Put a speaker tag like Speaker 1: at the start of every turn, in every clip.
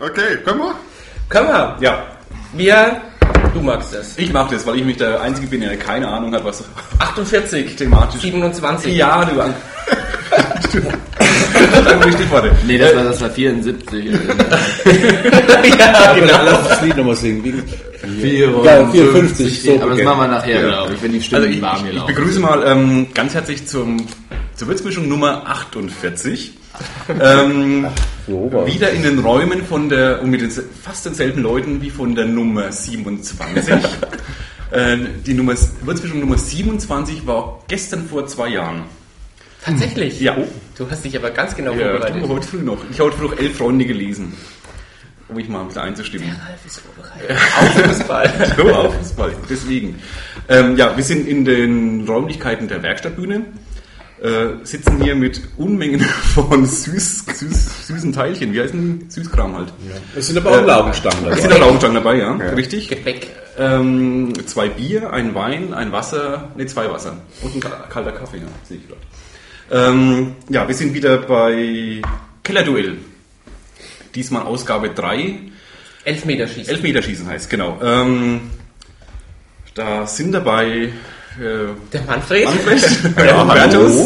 Speaker 1: Okay, können wir?
Speaker 2: Können wir?
Speaker 3: Ja,
Speaker 2: Wir, du magst es.
Speaker 3: ich mache das, weil ich mich der Einzige bin, der keine Ahnung hat, was
Speaker 2: 48,
Speaker 3: thematisch...
Speaker 2: 27.
Speaker 3: Ja, du... Danke für die Stichworte.
Speaker 4: Nee, das war, das war also 74.
Speaker 2: ja
Speaker 5: Genau.
Speaker 2: genau.
Speaker 5: Lass das Lied nochmal singen. Wie-
Speaker 4: 54.
Speaker 5: so,
Speaker 4: aber das
Speaker 5: okay.
Speaker 4: machen wir nachher,
Speaker 3: Ja.
Speaker 4: glaube ich, wenn die Stimmen
Speaker 3: Also ich,
Speaker 4: warm
Speaker 3: ich, ich
Speaker 4: gelaufen
Speaker 3: begrüße mal ähm, ganz herzlich zum, zur Witzmischung Nummer 48. ähm, wieder in den Räumen von der, und mit den, fast denselben Leuten wie von der Nummer 27. äh, die Nummer, Witzmischung Nummer 27 war gestern vor zwei Jahren.
Speaker 2: Tatsächlich.
Speaker 3: Ja.
Speaker 2: Du hast dich aber ganz genau
Speaker 3: Ja,
Speaker 2: vorbereitet.
Speaker 3: du, heute früh noch. Ich habe heute früh noch elf Freunde gelesen. Um mich mal ein bisschen einzustimmen.
Speaker 2: Ralf ist vorbereitet. Auf Fußball.
Speaker 3: So auf Fußball. Deswegen. Ähm, ja, wir sind in den Räumlichkeiten der Werkstattbühne, äh, sitzen hier mit Unmengen von süß, süß, süßen Teilchen. Wie heißen die? Süßkram halt.
Speaker 5: Es sind aber auch Laugenstangen
Speaker 3: Es
Speaker 5: dabei.
Speaker 3: sind auch Laugenstangen dabei, ja. Richtig.
Speaker 2: Gepäck.
Speaker 3: Ähm, zwei Bier, ein Wein, ein Wasser, ne, zwei Wasser und ein ka- kalter Kaffee, ja, sehe ich gerade. Ähm, ja, wir sind wieder bei Kellerduell. Diesmal Ausgabe 3.
Speaker 2: Elfmeterschießen.
Speaker 3: Elfmeterschießen heißt, genau. Ähm, da sind dabei äh,
Speaker 2: Der Manfred
Speaker 3: Manfred, der Hubertus,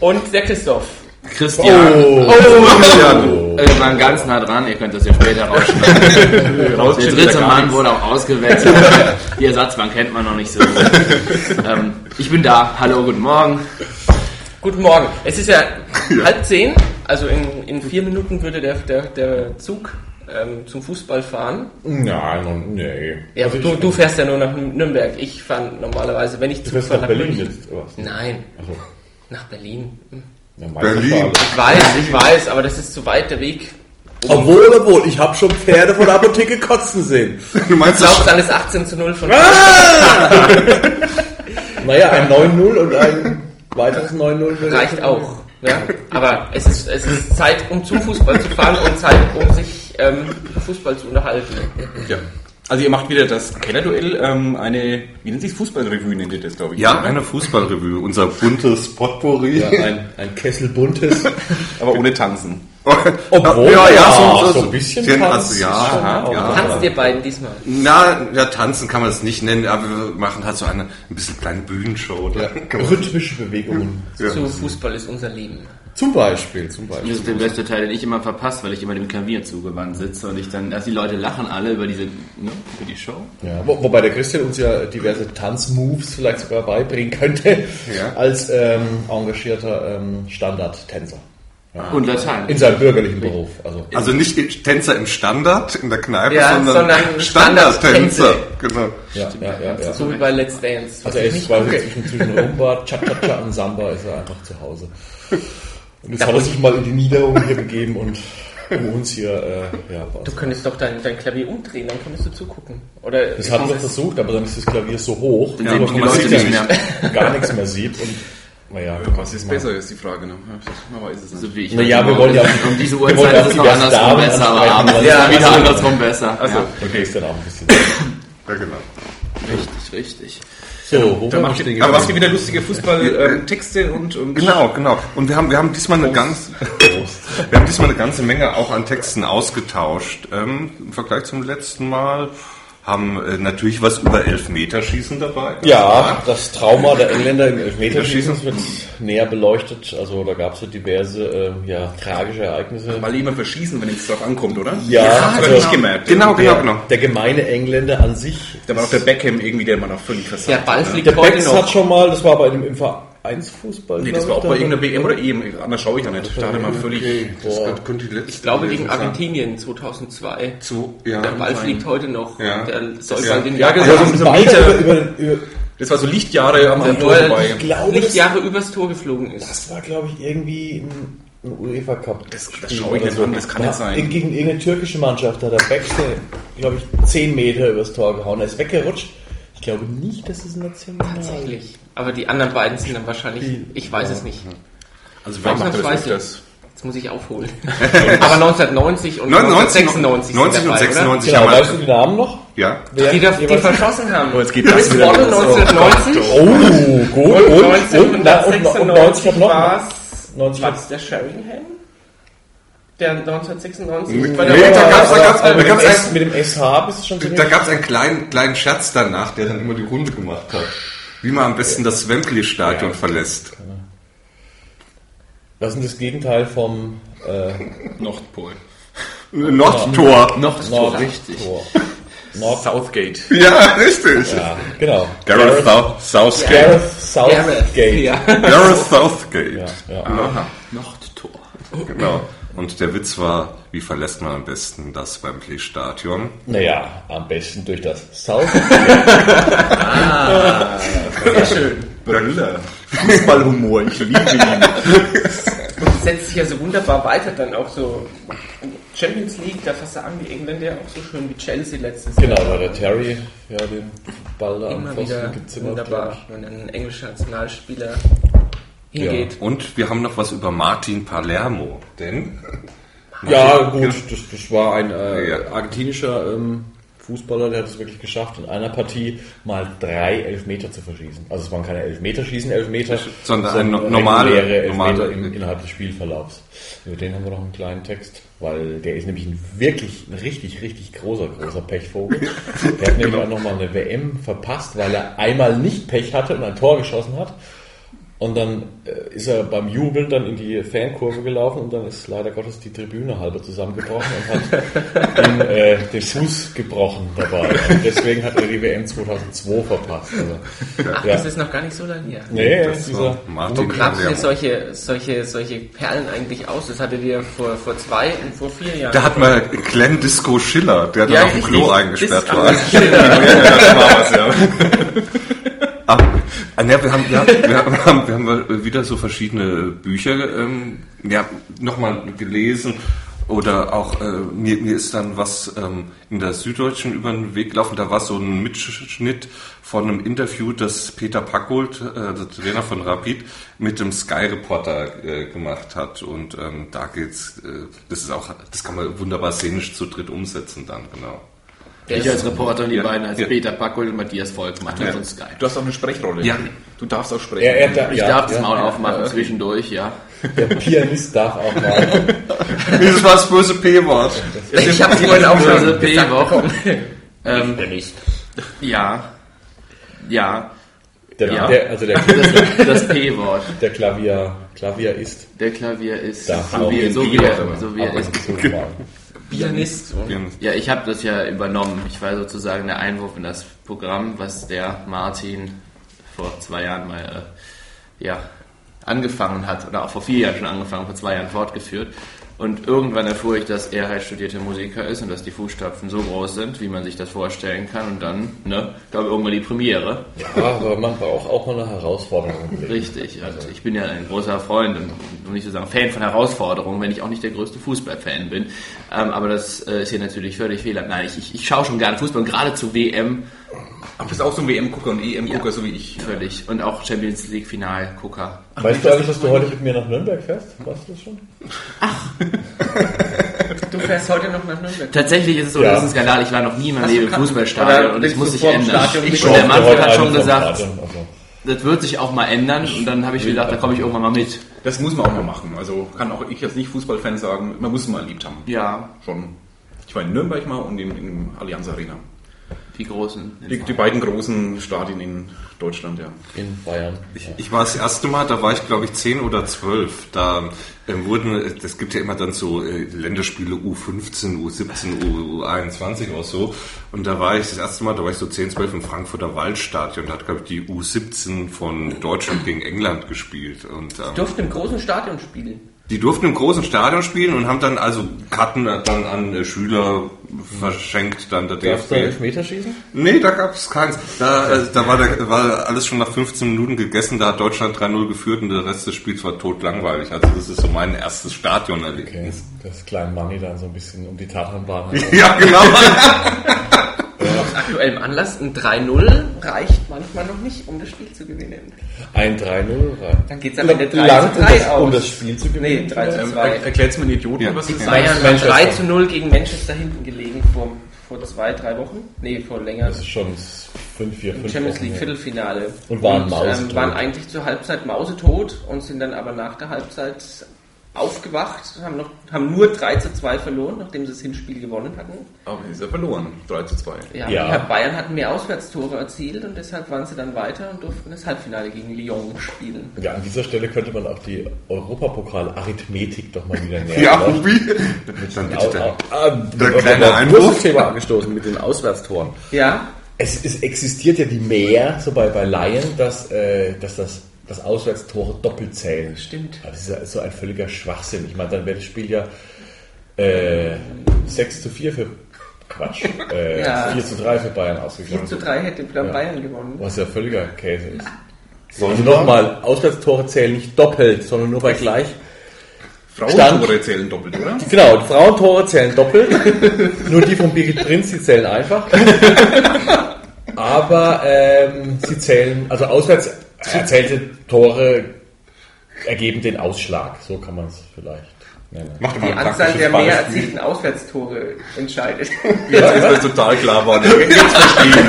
Speaker 2: und der Christoph.
Speaker 4: ist. Christian.
Speaker 5: Oh.
Speaker 3: Christian.
Speaker 4: Äh, Wir waren ganz nah dran, ihr könnt das ja später rausschneiden. Der
Speaker 3: Rausgeschnitten,
Speaker 4: dritte
Speaker 3: gar
Speaker 4: Mann
Speaker 3: nichts.
Speaker 4: wurde auch ausgewechselt. Die Ersatzbank kennt man noch nicht so. ähm, ich bin da. Hallo, guten Morgen.
Speaker 2: Guten Morgen. Es ist ja, halb zehn, also in, in vier Minuten würde der, der, der Zug ähm, zum Fußball fahren.
Speaker 5: Nein, und- nee.
Speaker 2: Ja, du, du fährst ja nur nach Nürnberg. Ich fahre normalerweise, wenn ich
Speaker 5: Du
Speaker 2: Zug
Speaker 5: fährst
Speaker 2: fahre,
Speaker 5: nach Berlin
Speaker 2: München.
Speaker 5: jetzt, oder was?
Speaker 2: Nein,
Speaker 5: Also,
Speaker 2: nach Berlin.
Speaker 5: ja,
Speaker 1: Berlin.
Speaker 5: meine Frage.
Speaker 2: Ich weiß, ich weiß, aber das ist zu weit der Weg.
Speaker 5: Obwohl, obwohl, ich habe schon Pferde von der Apotheke kotzen sehen.
Speaker 1: Du meinst
Speaker 2: Glaubst
Speaker 1: das?
Speaker 2: du an das 18 zu 0 von
Speaker 5: Ah! Naja, ein 9-0 und ein weiteres 9-0
Speaker 2: reicht auch. Ja? Aber es ist, es ist Zeit, um zum Fußball zu fahren und Zeit, um sich ähm, Fußball zu unterhalten.
Speaker 3: Ja. Also ihr macht wieder das Kellerduell, ähm, eine, wie nennt sich Fußballrevue nennt ihr das, glaube ich.
Speaker 1: Ja, eine Fußballrevue, unser buntes Potpourri.
Speaker 5: Ja, ein, ein Kessel buntes.
Speaker 3: Aber ohne Tanzen.
Speaker 5: Obwohl,
Speaker 1: ja, ja,
Speaker 5: ja,
Speaker 1: so, so,
Speaker 5: so ein bisschen Tanz
Speaker 1: also, ja,
Speaker 5: ist schon
Speaker 1: aha,
Speaker 5: auch
Speaker 1: ja.
Speaker 2: Tanzt ihr beiden diesmal?
Speaker 1: Na, ja, tanzen kann man es nicht nennen, aber wir machen halt so eine ein bisschen kleine Bühnenshow. Da.
Speaker 5: Rhythmische Bewegungen.
Speaker 1: Ja.
Speaker 2: Zu Fußball ist unser Leben.
Speaker 5: Zum Beispiel, zum
Speaker 4: Das
Speaker 5: Beispiel.
Speaker 4: ist der beste Teil, den ich immer verpasse, weil ich immer dem Klavier zugewandt sitze und ich dann, also die Leute lachen alle über diese, ne, über die Show.
Speaker 5: Ja, wo, wobei der Christian uns ja diverse Tanzmoves vielleicht sogar beibringen könnte,
Speaker 1: Ja.
Speaker 5: als ähm, engagierter ähm, Standardtänzer.
Speaker 4: Und halt. Latein.
Speaker 5: In seinem bürgerlichen Beruf. Also,
Speaker 1: Also nicht Tänzer im Standard in der Kneipe,
Speaker 2: Ja,
Speaker 1: sondern,
Speaker 2: sondern
Speaker 1: Standardtänzer. Genau.
Speaker 5: ja, ja, ja, ja.
Speaker 2: So wie bei Let's Dance.
Speaker 5: also er ist quasi zwischen, zwischen Rumba, Cha-Cha-Cha und Samba ist er einfach zu Hause. Und jetzt hat er sich mal in die Niederung hier begeben und um uns hier äh, ja, was.
Speaker 2: Du könntest doch dein, dein Klavier umdrehen, dann könntest du zugucken. Oder
Speaker 5: Das haben wir versucht, aber dann ist das Klavier so hoch,
Speaker 4: Dann sehen
Speaker 5: dass
Speaker 4: die
Speaker 5: man
Speaker 4: Leute
Speaker 5: ja
Speaker 4: nicht mehr.
Speaker 5: gar nichts mehr sieht. Und, naja,
Speaker 3: Was ist besser, ist die Frage. Ne? Man weiß es nicht.
Speaker 4: So wie ich
Speaker 5: Naja,
Speaker 4: heute
Speaker 5: Also wir
Speaker 4: Morgen.
Speaker 5: wollen ja-
Speaker 4: um diese
Speaker 5: wir wollen
Speaker 4: Uhrzeit
Speaker 5: ja
Speaker 4: ist es noch
Speaker 5: diverse
Speaker 4: andersrum
Speaker 5: Damen
Speaker 4: besser, aber
Speaker 5: ansprechen,
Speaker 4: abends
Speaker 5: weil
Speaker 4: ist es
Speaker 5: das
Speaker 4: wieder andersrum besser.
Speaker 3: Also,
Speaker 4: Ja,
Speaker 5: Der Christian auch ein bisschen.
Speaker 1: Ja, genau.
Speaker 4: richtig, richtig.
Speaker 5: So, wo
Speaker 3: da
Speaker 5: war
Speaker 3: macht
Speaker 5: ich
Speaker 3: ihr,
Speaker 5: denn
Speaker 3: aber
Speaker 5: aber
Speaker 3: macht ihr wieder lustige Fußballtexte und, und
Speaker 1: Genau, genau. Und wir haben, wir haben diesmal eine ganz, wir haben diesmal eine ganze Menge auch an Texten ausgetauscht. Ähm, Im Vergleich zum letzten Mal haben äh, natürlich was über Elfmeterschießen dabei.
Speaker 5: Ja, das Trauma der Engländer im Elfmeterschießen
Speaker 1: Elfmeterschießen.
Speaker 5: wird näher beleuchtet. Also da gab es ja diverse äh, ja, tragische Ereignisse.
Speaker 3: Weil die immer verschießen, wenn es drauf ankommt, oder?
Speaker 5: Ja,
Speaker 3: das hat
Speaker 5: also-
Speaker 3: man nicht gemerkt.
Speaker 1: Genau, genau,
Speaker 5: Der,
Speaker 1: genau.
Speaker 5: der gemeine Engländer an sich.
Speaker 3: Da war noch der Beckham irgendwie, der immer noch völlig versagt.
Speaker 2: der Ball
Speaker 3: hat, ne?
Speaker 2: fliegt
Speaker 5: Der
Speaker 2: heute
Speaker 5: Becks hat
Speaker 2: noch.
Speaker 5: schon mal, das war bei einem im Vereinsfußball.
Speaker 3: Nee,
Speaker 5: glaub
Speaker 3: das war
Speaker 5: ich,
Speaker 3: auch
Speaker 5: da- ne?
Speaker 3: bei irgendeiner WM oder EM. Anders schaue ich ja nicht. Da hat er mal völlig.
Speaker 5: Boah.
Speaker 1: Das könnte die letzte
Speaker 2: Ich glaube gegen
Speaker 1: gewesen sein.
Speaker 2: Argentinien 2002.
Speaker 1: So, ja,
Speaker 2: der Ball
Speaker 1: nein.
Speaker 2: fliegt heute noch.
Speaker 1: Ja.
Speaker 2: Der soll
Speaker 3: Ja.
Speaker 2: ja. den
Speaker 3: Ja,
Speaker 2: Jahr
Speaker 3: genau.
Speaker 5: Also
Speaker 3: so ein
Speaker 5: beide
Speaker 3: Meter-
Speaker 5: über, über, über,
Speaker 3: Das war so Lichtjahre am, am
Speaker 2: Der
Speaker 3: Tor
Speaker 2: Ball-
Speaker 3: vorbei.
Speaker 5: genau. ich glaube,
Speaker 2: nicht
Speaker 5: das,
Speaker 2: Jahre übers Tor geflogen ist.
Speaker 5: das war, glaube ich, irgendwie ein, ein UEFA Cup.
Speaker 3: Das- das schaue ich nicht an, das kann
Speaker 5: ja
Speaker 3: nicht sein.
Speaker 5: Gegen irgendeine türkische Mannschaft hat der Becks, glaube ich, 10 Meter übers Tor gehauen. Er ist weggerutscht. Ich glaube nicht, dass es national
Speaker 2: Tatsächlich. Aber die anderen beiden sind dann wahrscheinlich. Ich weiß es nicht.
Speaker 3: Also,
Speaker 2: warum macht er das öfters? Jetzt muss ich aufholen. Aber 1990 und 1996
Speaker 1: 1996
Speaker 2: sind dabei, oder?
Speaker 1: 90 und 96
Speaker 5: Genau,
Speaker 1: haben
Speaker 5: weißt
Speaker 1: wir-
Speaker 5: du die Namen noch?
Speaker 1: Ja.
Speaker 5: Wer
Speaker 2: Die, da, die
Speaker 5: jeweils-
Speaker 2: verschossen haben.
Speaker 3: Oh, jetzt geht das
Speaker 2: Chris
Speaker 3: wieder
Speaker 2: Waddle
Speaker 3: los. Oh
Speaker 2: 1990
Speaker 5: Oh,
Speaker 2: und,
Speaker 5: gut. Und, und, na, und, und 90
Speaker 2: 1996
Speaker 5: hat noch.
Speaker 2: war's-
Speaker 5: 90
Speaker 2: war's der Sheringham? der 1996
Speaker 1: Nee,
Speaker 2: bei
Speaker 1: da
Speaker 2: der
Speaker 1: gab's, da gab's,
Speaker 5: Aber
Speaker 1: da
Speaker 5: mit, dem
Speaker 1: gab's,
Speaker 5: S,
Speaker 1: einen,
Speaker 5: mit dem SH bist du schon
Speaker 1: da
Speaker 5: ziemlich.
Speaker 1: gab's einen kleinen, kleinen Scherz danach, der dann immer die Runde gemacht hat. Wie man am besten das Wembley-Stadion verlässt.
Speaker 5: Was ist denn das Gegenteil vom äh,
Speaker 3: Nordpol.
Speaker 1: Äh, Nordtor.
Speaker 4: Noch so
Speaker 5: Nord
Speaker 4: richtig.
Speaker 5: Tor?
Speaker 3: Southgate.
Speaker 1: Ja, richtig.
Speaker 5: Ja, genau.
Speaker 1: Gareth South, Southgate.
Speaker 5: Gareth Southgate.
Speaker 2: Ja.
Speaker 1: Gareth Southgate.
Speaker 5: ja.
Speaker 4: Nordtor.
Speaker 1: Genau. Und der Witz war, wie verlässt man am besten das Wembley-Stadion?
Speaker 5: Naja, am besten durch das South.
Speaker 3: Sehr schön. Brüller. Fußballhumor, ich liebe ihn.
Speaker 2: setzt sich ja so wunderbar weiter dann auch so Champions League, da fasst er an wie England ja auch so schön wie Chelsea letztes
Speaker 5: genau, da hat der Terry ja den Ball da
Speaker 2: Jahr.
Speaker 5: am
Speaker 2: Immer wieder
Speaker 5: Pfosten gezimmert. glaub
Speaker 2: wunderbar,
Speaker 5: ich.
Speaker 2: wenn ein englischer Nationalspieler hingeht.
Speaker 1: Und wir haben noch was über Martin Palermo. Denn
Speaker 5: Ja, gut, das, das war ein äh,
Speaker 1: Ja.
Speaker 5: argentinischer ähm, Fußballer, der hat es wirklich geschafft, in einer Partie mal drei Elfmeter zu verschießen. Also es waren keine Elfmeterschießen, Elfmeter,
Speaker 1: Sondern ein no- normale-
Speaker 5: reguläre Elfmeter
Speaker 1: normale-
Speaker 5: im, innerhalb des Spielverlaufs. Über den haben wir noch einen kleinen Text, weil der ist nämlich ein wirklich, ein richtig, richtig großer, großer Pechvogel. Der hat nämlich auch nochmal eine WM verpasst, weil er einmal nicht Pech hatte und ein Tor geschossen hat. Und dann äh, ist er beim Jubeln dann in die Fankurve gelaufen und dann ist leider Gottes die Tribüne halber zusammengebrochen und hat ihm, äh, den Fuß gebrochen dabei. Und deswegen hat er die WM 2002 verpasst. Also, ja.
Speaker 2: Das ist noch gar nicht so lange her.
Speaker 5: Nee,
Speaker 1: das
Speaker 5: dieser,
Speaker 1: war Martin
Speaker 2: Wo graben
Speaker 1: Palermo.
Speaker 2: wir solche, solche, solche Perlen eigentlich aus? Das hatte wir vor, vor zwei und vor vier Jahren.
Speaker 1: Da hat man Glenn Disco Schiller, der dann
Speaker 2: Ja,
Speaker 1: auf dem
Speaker 2: richtig.
Speaker 1: Klo eingesperrt
Speaker 2: Disco
Speaker 1: war.
Speaker 2: Genau.
Speaker 1: genau. Ah, ah, ne, wir, haben, ja, wir, haben, wir, haben, wir haben wieder so verschiedene Bücher ähm, ja, nochmal gelesen oder auch äh, mir, mir ist dann was ähm, in der Süddeutschen über den Weg gelaufen. Da war so ein Mitschnitt von einem Interview, das Peter Packold, äh, der Trainer von Rapid, mit dem Sky-Reporter äh, gemacht hat. Und ähm, da geht's, äh, das ist auch, das kann man wunderbar szenisch zu dritt umsetzen dann, genau.
Speaker 2: Der
Speaker 4: Ich
Speaker 2: ist,
Speaker 4: als Reporter und die
Speaker 1: Ja.
Speaker 4: beiden als
Speaker 1: Ja.
Speaker 4: Peter Packold und Matthias Volkmann ja. von Sky.
Speaker 3: Du hast auch eine Sprechrolle.
Speaker 1: Ja.
Speaker 3: Du darfst auch sprechen.
Speaker 5: er, er, da-
Speaker 4: Ich
Speaker 5: ja,
Speaker 4: darf das
Speaker 5: ja,
Speaker 4: Maul aufmachen zwischendurch, ja.
Speaker 5: Der Pianist darf auch mal.
Speaker 1: Das war das böse P-Wort.
Speaker 2: ich habe vorhin auch schon
Speaker 4: Böse Also, P
Speaker 2: gesagt
Speaker 4: Wochen.
Speaker 2: bekommen.
Speaker 4: Ähm,
Speaker 2: Oder nicht.
Speaker 4: ja. Ja.
Speaker 5: Der,
Speaker 4: Ja.
Speaker 5: der, also der,
Speaker 4: Das, das P-Wort.
Speaker 5: der Klavier, Klavier ist.
Speaker 4: Der Klavier ist
Speaker 5: Da
Speaker 4: so wie,
Speaker 5: haben
Speaker 3: wir
Speaker 4: so
Speaker 3: ein
Speaker 4: wie,
Speaker 3: P-Wort
Speaker 4: er,
Speaker 3: aber.
Speaker 4: so wie er
Speaker 5: ab
Speaker 4: ist.
Speaker 5: und zu mal.
Speaker 2: Pianist. Und
Speaker 4: Ja, ich habe das ja übernommen. Ich war sozusagen der Einwurf in das Programm, was der Martin vor zwei Jahren mal äh, ja, angefangen hat, oder auch vor vier Jahren schon angefangen, vor zwei Jahren fortgeführt. Und irgendwann erfuhr ich, dass er halt studierter Musiker ist und dass die Fußstapfen so groß sind, wie man sich das vorstellen kann. Und dann, ne, gab irgendwann die Premiere.
Speaker 5: Ja, aber man braucht auch mal eine Herausforderung. im Leben.
Speaker 4: Richtig, also ich bin ja ein großer Freund und um nicht zu sagen Fan von Herausforderungen, wenn ich auch nicht der größte Fußballfan bin. Ähm, aber das äh, ist hier natürlich völlig fehl. Nein, ich, ich, ich schaue schon gerne Fußball und gerade zu WM
Speaker 3: Du bist auch so ein WM-Gucker und EM-Gucker,
Speaker 4: Ja.
Speaker 3: so wie ich.
Speaker 4: völlig und auch Champions League Final Gucker.
Speaker 5: Weißt du eigentlich, dass du heute mit mir nach Nürnberg fährst? Weißt du das schon?
Speaker 2: du fährst heute noch nach Nürnberg.
Speaker 4: Tatsächlich ist es so,
Speaker 5: Ja.
Speaker 4: das ist ein Skandal. Ich war noch nie in meinem Leben im
Speaker 2: Oder
Speaker 4: Fußballstadion und das
Speaker 2: bist
Speaker 4: muss
Speaker 2: du
Speaker 4: sich
Speaker 2: vor dem
Speaker 4: ändern.
Speaker 2: Stadion
Speaker 4: Ich
Speaker 2: nicht
Speaker 4: und der
Speaker 5: Ich
Speaker 4: Manfred
Speaker 5: heute
Speaker 4: hat schon
Speaker 5: einen vom
Speaker 4: gesagt,
Speaker 5: Stadion, also.
Speaker 4: das wird sich auch mal ändern und dann habe ich gedacht, da komme ich irgendwann mal mit.
Speaker 3: Das muss man auch mal machen. Also kann auch ich als Nicht-Fußballfan sagen, man muss es mal erlebt haben.
Speaker 4: Ja,
Speaker 3: Schon. Ich war in Nürnberg mal und in, in Allianz Arena.
Speaker 4: die großen.
Speaker 3: Die, die beiden großen Stadien in Deutschland, ja.
Speaker 5: In Bayern.
Speaker 1: Ich, ich war das erste Mal, da war ich glaube ich 10 oder 12. Da ähm, wurden, äh, es gibt ja immer dann so äh, Länderspiele U15, U17, U, U21 auch so. Und da war ich das erste Mal, da war ich so 10, 12 im Frankfurter Waldstadion. Da hat glaube ich die U17 von Deutschland gegen England gespielt. Und ähm,
Speaker 2: Durften im großen Stadion spielen.
Speaker 1: die durften im großen Stadion spielen und haben dann also Karten äh, dann an äh, Schüler verschenkt, dann der
Speaker 5: Darfst du einen
Speaker 1: DFB.
Speaker 5: Elfmeter schießen?
Speaker 1: Nee, da gab es keins. Da, äh, da war, der, war alles schon nach 15 Minuten gegessen, da hat Deutschland 3-0 geführt und der Rest des Spiels war totlangweilig. Also das ist so mein erstes
Speaker 5: Okay,
Speaker 1: Stadionerlebnis.
Speaker 5: das kleine Manni dann so ein bisschen um die Tatanbahn.
Speaker 1: Ja, genau.
Speaker 2: Aus aktuellem Anlass ein 3-0 reicht manchmal noch nicht, um das Spiel zu gewinnen.
Speaker 5: Ein 3-0 rein.
Speaker 2: Dann geht's am Ende 3
Speaker 5: Langt,
Speaker 2: zu
Speaker 5: um
Speaker 2: 3
Speaker 5: das-
Speaker 2: aus.
Speaker 5: um das Spiel zu gewinnen?
Speaker 2: Nee, 3 zu
Speaker 3: Ähm,
Speaker 2: 2.
Speaker 4: äh,
Speaker 3: er- Erklärt's mir einen Idioten,
Speaker 1: Ja.
Speaker 3: was ist
Speaker 5: Ja.
Speaker 3: das?
Speaker 2: Bayern war
Speaker 5: Manchester.
Speaker 2: 3 zu 0 gegen Manchester hinten gelegen vor, vor zwei, drei Wochen. Nee, vor länger.
Speaker 5: Das ist schon 5, 4, 5.
Speaker 2: Champions League Viertelfinale. ähm,
Speaker 5: Und waren mausetot.
Speaker 2: waren eigentlich zur Halbzeit mausetot und sind dann aber nach der Halbzeit aufgewacht, haben, noch, haben nur 3 zu 2 verloren, nachdem sie das Hinspiel gewonnen hatten.
Speaker 3: Aber sie ist ja verloren. 3 zu 2.
Speaker 2: Ja,
Speaker 5: Ja.
Speaker 2: die Bayern hatten mehr Auswärtstore erzielt und deshalb waren sie dann weiter und durften das Halbfinale gegen Lyon spielen.
Speaker 5: Ja, an dieser Stelle könnte man auch die Europapokal-Arithmetik doch mal wieder nähern.
Speaker 1: Ja,
Speaker 5: oder?
Speaker 1: wie? Dann
Speaker 5: Au-
Speaker 1: bitte.
Speaker 5: au- ah,
Speaker 1: Der
Speaker 5: wir
Speaker 1: kleine
Speaker 5: haben ein großes
Speaker 1: Einwurf.
Speaker 5: Thema angestoßen mit den Auswärtstoren.
Speaker 2: Ja,
Speaker 5: Es, es existiert ja die Mehr, so bei, bei Laien, dass, äh, dass das dass Auswärtstore doppelt zählen.
Speaker 2: Stimmt.
Speaker 5: Aber das ist ja so ein völliger Schwachsinn. Ich meine, dann wäre das Spiel ja äh, 6 zu 4 für Quatsch. Äh,
Speaker 2: Ja.
Speaker 5: 4 zu 3 für Bayern
Speaker 2: 4 zu
Speaker 5: ausgegangen.
Speaker 2: 3 hätte Bayern gewonnen.
Speaker 5: Was ja völliger Käse ist. Also nochmal, Auswärtstore zählen nicht doppelt, sondern nur bei gleich.
Speaker 3: Frauentore zählen doppelt, oder?
Speaker 5: Genau, die Frauentore zählen doppelt. Nur die von Birgit Prinz, die zählen einfach. Aber ähm, sie zählen, also auswärts erzählte Tore ergeben den Ausschlag. So kann man es vielleicht nennen.
Speaker 1: Macht
Speaker 2: Die
Speaker 1: mal ein
Speaker 2: Anzahl der mehr
Speaker 1: praktisches Beispiel.
Speaker 2: erzielten Auswärtstore entscheidet.
Speaker 3: Jetzt ist das total klar geworden. Jetzt verstehe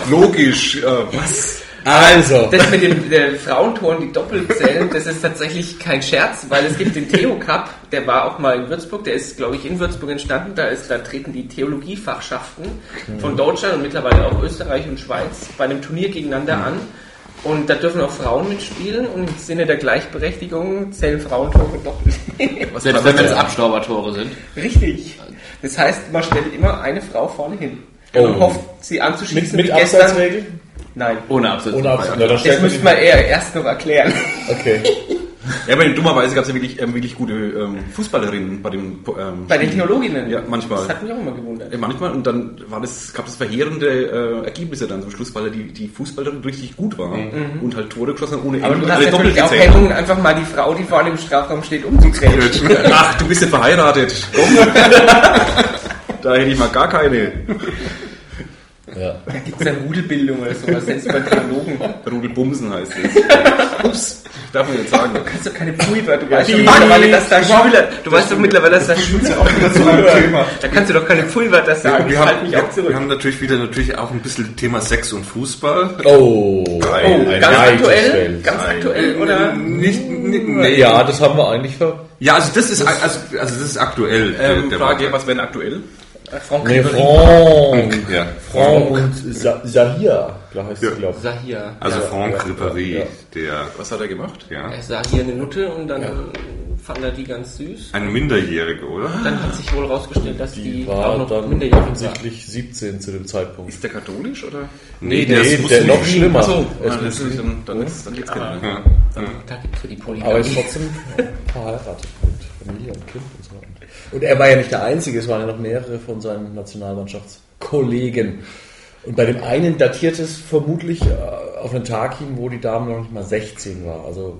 Speaker 3: ich. Logisch. Äh, was?
Speaker 5: Also,
Speaker 2: Das mit den äh, Frauentoren, die doppelt zählen, das ist tatsächlich kein Scherz, weil es gibt den Theo Cup, der war auch mal in Würzburg, der ist, glaube ich, in Würzburg entstanden. Da, ist, da treten die Theologiefachschaften von Deutschland und mittlerweile auch Österreich und Schweiz bei einem Turnier gegeneinander
Speaker 5: Mhm.
Speaker 2: an. Und da dürfen auch Frauen mitspielen und im Sinne der Gleichberechtigung zählen Frauentore doppelt.
Speaker 4: Selbst wenn es Abstaubertore sind.
Speaker 2: Richtig. Das heißt, man stellt immer eine Frau vorne hin und
Speaker 5: Oh.
Speaker 2: hofft, sie
Speaker 5: mit,
Speaker 2: anzuschießen
Speaker 5: mit
Speaker 2: wie gestern.
Speaker 5: Abseitsregel?
Speaker 2: Nein.
Speaker 4: Ohne Absatz.
Speaker 5: Ohne Abseits. Na, dann
Speaker 2: Das
Speaker 5: stellt man
Speaker 2: müsste
Speaker 5: die-
Speaker 2: man eher erst noch erklären.
Speaker 5: Okay.
Speaker 3: Ja, aber dummerweise gab es ja wirklich, ähm, wirklich gute ähm, Fußballerinnen bei dem. Ähm,
Speaker 2: Bei den Theologinnen.
Speaker 3: Ja, manchmal.
Speaker 2: Das hat mich auch immer gewundert.
Speaker 3: Ja, manchmal und dann war das, gab es verheerende äh, Ergebnisse dann zum Schluss, weil ja die, die Fußballerin richtig gut war und halt Tore geschossen hat ohne
Speaker 2: Mhm. Aber
Speaker 3: Ende
Speaker 2: du
Speaker 3: und
Speaker 2: hast natürlich auch
Speaker 3: gezählt.
Speaker 2: Hemmungen, einfach mal die Frau, die vorne im Strafraum steht, umzukrätschen.
Speaker 3: Ach, du bist ja verheiratet. Komm. da hätte ich mal gar keine.
Speaker 5: Ja.
Speaker 2: da gibt es ja Rudelbildung oder sowas, selbst bei Theologen. Du
Speaker 3: Rudelbumsen heißt es. Ups, darf man jetzt sagen.
Speaker 2: kannst doch keine Pulver, du weißt doch
Speaker 3: die-
Speaker 2: mittlerweile, dass da Schüler, du weißt doch mittlerweile, dass da Schüler auch wieder
Speaker 1: Zu einem Thema.
Speaker 2: Da kannst du doch keine Pulver das sagen,
Speaker 1: Wir
Speaker 2: das halt
Speaker 1: haben,
Speaker 2: mich auch
Speaker 1: wir, wir
Speaker 2: zurück.
Speaker 1: haben natürlich wieder natürlich auch ein bisschen Thema Sex und Fußball.
Speaker 5: Oh,
Speaker 1: Geil.
Speaker 5: ein
Speaker 2: Ganz aktuell,
Speaker 5: Leidensfeld.
Speaker 2: ganz aktuell, oder?
Speaker 1: Nicht, nicht, nee.
Speaker 5: Ja, das haben wir eigentlich ver.
Speaker 1: ja, also das ist also, also das ist
Speaker 3: Ähm,
Speaker 1: aktuell. äh, der- der
Speaker 3: Frage,
Speaker 1: Beitrag.
Speaker 3: was wäre denn aktuell?
Speaker 2: Frank
Speaker 5: Nee, Franck.
Speaker 1: Ja,
Speaker 5: Franck und Sa- Sahir, glaube ich.
Speaker 1: Ja.
Speaker 5: glaub ich.
Speaker 2: Sahir.
Speaker 1: also Franck Ribéry,
Speaker 5: ja.
Speaker 1: der
Speaker 3: Was hat er gemacht?
Speaker 1: ja
Speaker 2: Er sah hier eine Nutte und dann fand er die ganz süß.
Speaker 1: eine Minderjährige, oder?
Speaker 2: Dann hat sich wohl rausgestellt, dass die,
Speaker 5: Die
Speaker 2: auch
Speaker 5: war
Speaker 2: noch
Speaker 5: dann
Speaker 2: minderjährig war.
Speaker 5: offensichtlich 17 zu dem Zeitpunkt.
Speaker 3: Ist der katholisch oder?
Speaker 1: Nee,
Speaker 5: der, der noch schlimmer.
Speaker 3: Achso,
Speaker 5: Es
Speaker 3: dann,
Speaker 5: muss-
Speaker 3: dann, dann, Ah, ist- dann geht's genau.
Speaker 1: Ja.
Speaker 2: Da gibt es für die Polygamie.
Speaker 5: aber ist trotzdem verheiratet mit Familie und Kind und so. Und er war ja nicht der Einzige, es waren ja noch mehrere von seinen Nationalmannschaftskollegen. Und bei dem einen datiert es vermutlich äh, auf einen Tag hin, wo die Dame noch nicht mal 16 war. Also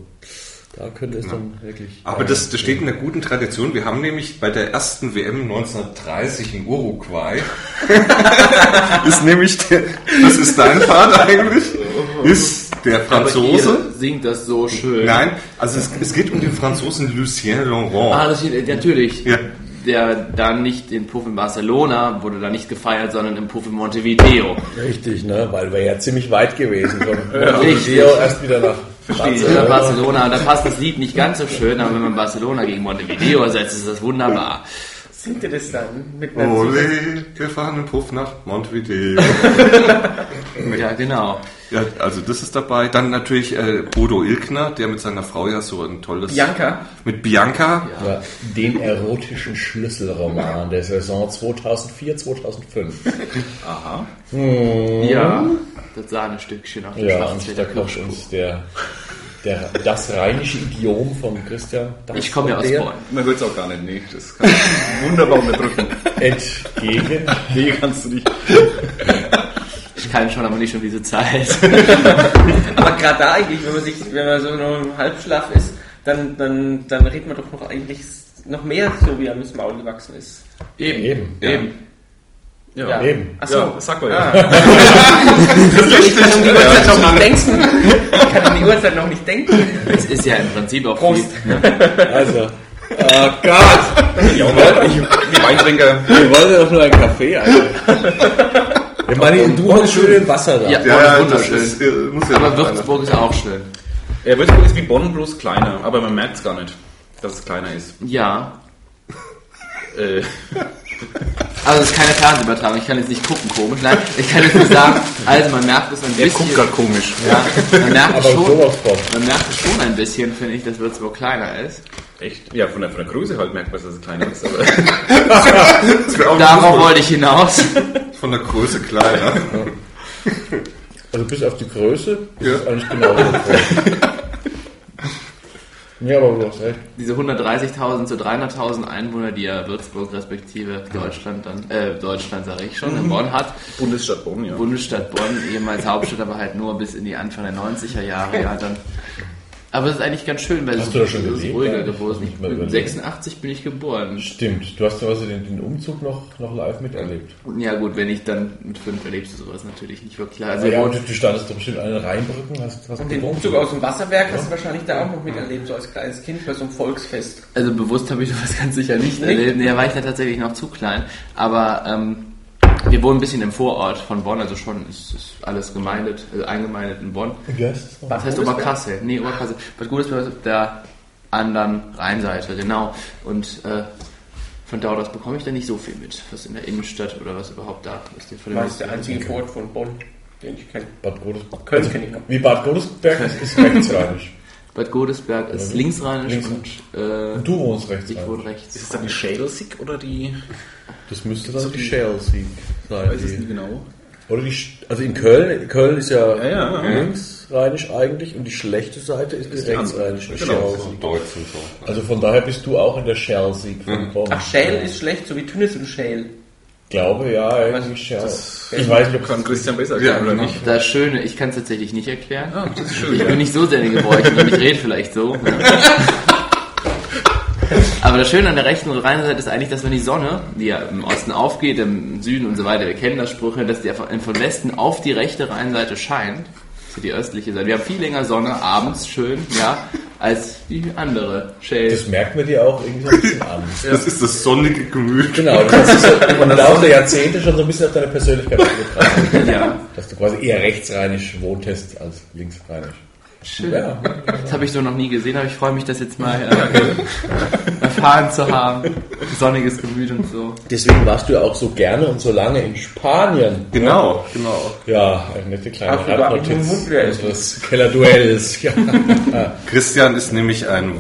Speaker 5: da könnte es dann wirklich.
Speaker 1: Aber das, das steht in der guten Tradition. Wir haben nämlich bei der ersten WM 1930 in Uruguay ist nämlich der, das ist dein Part eigentlich, ist der
Speaker 4: Aber
Speaker 1: Franzose.
Speaker 4: ihr singt das so schön.
Speaker 1: Nein, also es, es geht um den Franzosen Lucien
Speaker 4: Ah,
Speaker 1: Laurent.
Speaker 4: das steht, äh, natürlich.
Speaker 1: Ja.
Speaker 4: Der dann nicht im Puff in Barcelona wurde da nicht gefeiert, sondern im Puff in Montevideo.
Speaker 5: Richtig, ne? Weil wir ja ziemlich weit gewesen. Von
Speaker 4: richtig.
Speaker 5: Montevideo erst wieder nach
Speaker 4: Barcelona,
Speaker 5: Barcelona.
Speaker 4: Barcelona, da passt das Lied nicht ganz so schön, aber wenn man Barcelona gegen Montevideo ersetzt, ist das wunderbar.
Speaker 2: singt ihr das dann? Mit einer Zusatz-
Speaker 1: Ole, wir fahren im Puff nach Montevideo.
Speaker 4: Ja, genau.
Speaker 1: Ja, also das ist dabei. Dann natürlich äh, Bodo Ilkner, der mit seiner Frau ja so ein tolles...
Speaker 2: Bianca.
Speaker 1: Mit Bianca.
Speaker 5: Ja, den erotischen Schlüsselroman der Saison 2004, 2005.
Speaker 3: Aha.
Speaker 4: Ja, das Sahnestückchen auf dem
Speaker 5: Ja,
Speaker 4: schwarzen
Speaker 5: und da
Speaker 4: Peter
Speaker 5: kommt
Speaker 4: Kirschkuchen.
Speaker 5: uns der, der, das rheinische Idiom von Christian das
Speaker 4: Ich komme ja aus
Speaker 5: der
Speaker 4: Bonn.
Speaker 3: Man hört es auch gar nicht, nee. Das kann ich wunderbar unterdrücken.
Speaker 5: entgegen.
Speaker 3: Nee, kannst du nicht.
Speaker 4: Ich kann schon, aber nicht schon diese Zeit.
Speaker 2: Aber gerade da eigentlich, wenn man sich, wenn man so noch im Halbschlaf ist, dann, dann, dann redet man doch noch eigentlich noch mehr so, wie einem ins Maul gewachsen ist.
Speaker 4: Eben.
Speaker 5: Eben.
Speaker 1: Ja.
Speaker 3: Ja,
Speaker 5: Eben.
Speaker 2: Ach so.
Speaker 3: Ja, das sagt man ja.
Speaker 2: ich kann um die Uhrzeit noch nicht denken. Ich kann um die Uhrzeit noch nicht denken.
Speaker 4: Es ist ja im Prinzip auch
Speaker 2: Prost.
Speaker 4: Viel, ne?
Speaker 5: Also. Oh Gott! Ich
Speaker 3: Die Weintrinker.
Speaker 5: wollte doch nur einen Kaffee eigentlich. Ich meine, du hast schön Wasser da.
Speaker 4: Ja, Bonn ist wunderschön.
Speaker 1: äh, muss ja
Speaker 4: aber
Speaker 1: noch einer.
Speaker 4: Würzburg ist auch schön.
Speaker 3: Ja, Würzburg ist wie Bonn bloß kleiner, aber man merkt es gar nicht. dass es kleiner ist.
Speaker 4: Ja. äh. Also es ist keine Fernsehübertragung, ich kann jetzt nicht gucken komisch. Nein, ich kann jetzt nur sagen, also man merkt es ein
Speaker 3: Der guckt
Speaker 4: bisschen.
Speaker 3: gerade komisch.
Speaker 4: Ja, man merkt
Speaker 5: Aber
Speaker 4: es schon.
Speaker 5: sowas von.
Speaker 4: Man merkt es schon ein bisschen, finde ich, dass Würzburg kleiner ist.
Speaker 3: Echt? Ja, von der, von der Größe halt merkt man, dass es kleiner ist. Aber
Speaker 1: Das wäre auch
Speaker 4: Darauf
Speaker 1: Würzburg
Speaker 4: wollte ich hinaus.
Speaker 1: von der Größe ne? kleiner.
Speaker 5: Also bis auf die Größe ist
Speaker 1: Ja.
Speaker 5: es eigentlich genau so groß. Ja, aber du hast recht.
Speaker 4: Diese 130.000 zu 300.000 Einwohner, die ja Würzburg respektive Deutschland dann, äh, Deutschland sage ich schon, in Bonn hat.
Speaker 3: Bundesstadt Bonn, ja.
Speaker 4: Bundesstadt Bonn, ehemals Hauptstadt, aber halt nur bis in die Anfang der 90er Jahre, ja, dann. Aber es ist eigentlich ganz schön, weil
Speaker 5: Hast
Speaker 4: es
Speaker 5: du das schon
Speaker 4: es ist
Speaker 5: gesehen?
Speaker 4: ruhiger
Speaker 5: Ja, ich hab
Speaker 4: geworden.
Speaker 5: nicht mal überlegt.
Speaker 4: 86 bin ich geboren.
Speaker 5: Stimmt, du hast ja also den, den Umzug noch, noch live miterlebt.
Speaker 4: Ja gut, wenn ich dann mit fünf erlebst du sowas natürlich nicht wirklich klar. Also
Speaker 5: Ja, und du, du standest doch bestimmt an den Rheinbrücken, hast was
Speaker 2: Und den Umzug aus dem Wasserwerk hast du wahrscheinlich da auch noch miterlebt, so als kleines Kind bei so einem Volksfest.
Speaker 4: Also bewusst habe ich sowas ganz sicher nicht
Speaker 2: Nicht?
Speaker 4: erlebt. Nee, da war ich da tatsächlich noch zu klein. Aber ähm, wir wohnen ein bisschen im Vorort von Bonn, also schon ist, ist alles gemeindet, also eingemeindet in Bonn.
Speaker 5: Wie heißt das noch?
Speaker 4: Das heißt Oberkassel. Nee, Oberkassel. Was Gutes ist auf der anderen Rheinseite, genau. Und äh, von dort aus bekomme ich da nicht so viel mit, was in der Innenstadt oder was überhaupt da ist. Von dem
Speaker 2: Das ist der einzige Ort von Bonn, den ich kenne.
Speaker 5: Bad Godesberg. Also,
Speaker 2: Köln kenn ich noch.
Speaker 5: Wie Bad Godesberg ist, ist rechtsrheinisch.
Speaker 4: Bad Godesberg ist linksrheinisch
Speaker 5: Links-
Speaker 4: und äh,
Speaker 5: Und du
Speaker 4: ich
Speaker 5: wohnst
Speaker 4: wohne
Speaker 5: rechtsrheinisch.
Speaker 4: rechts.
Speaker 3: Ist es dann die Schädelsick oder die.
Speaker 5: Das müsste dann
Speaker 3: So
Speaker 5: die
Speaker 3: die-
Speaker 5: Shell sein.
Speaker 3: Weiß es nie genau.
Speaker 5: Oder die, Sch- also in Köln, Köln ist ja,
Speaker 3: Ja, ja, ja.
Speaker 5: linksrheinisch eigentlich und die schlechte Seite ist, die rechtsrheinische
Speaker 3: Genau.
Speaker 5: Schelsig.
Speaker 1: Deutschen so.
Speaker 5: Also von daher bist du auch in der Schelsig von Bonn.
Speaker 2: Ach, Schäl ist schlecht, so wie Tunis und Schäl.
Speaker 5: Ich glaube, ja, eigentlich Schell. Ich weiß nicht, ob
Speaker 3: Kann Christian besser
Speaker 1: Ja,
Speaker 3: erklären oder
Speaker 1: genau.
Speaker 3: nicht?
Speaker 4: Das Schöne, ich kann es tatsächlich nicht erklären.
Speaker 3: Ah, das ist schön.
Speaker 4: Ich
Speaker 3: Ja.
Speaker 4: bin nicht so sehr in den Gebräuchen und ich rede vielleicht so. Ne? Aber das Schöne an der rechten und reinen Seite ist eigentlich, dass wenn die Sonne, die ja im Osten aufgeht, im Süden und so weiter, wir kennen das Sprüche, dass die einfach von Westen auf die rechte Rheinseite scheint, für die östliche Seite. Wir haben viel länger Sonne abends schön, ja, als die andere Shell.
Speaker 5: Das merkt man dir auch irgendwie so ein bisschen an.
Speaker 1: Das ist das sonnige Gemüt.
Speaker 5: Genau, das hat sich so im Laufe der Jahrzehnte schon so ein bisschen auf deine Persönlichkeit angetragen,
Speaker 4: Ja,
Speaker 5: dass du quasi eher rechtsrheinisch wohntest als linksrheinisch.
Speaker 4: schön.
Speaker 5: Ja,
Speaker 4: Das habe ich so noch nie gesehen, aber ich freue mich, das jetzt mal äh, erfahren zu haben. Sonniges Gemüt und so.
Speaker 5: deswegen warst du ja auch so gerne und so lange in Spanien.
Speaker 1: Genau, genau.
Speaker 5: Ja, eine nette kleine
Speaker 2: Ach, wir waren im Mund wieder essen.
Speaker 5: unseres Kellerduells. Ja.
Speaker 1: Christian ist nämlich ein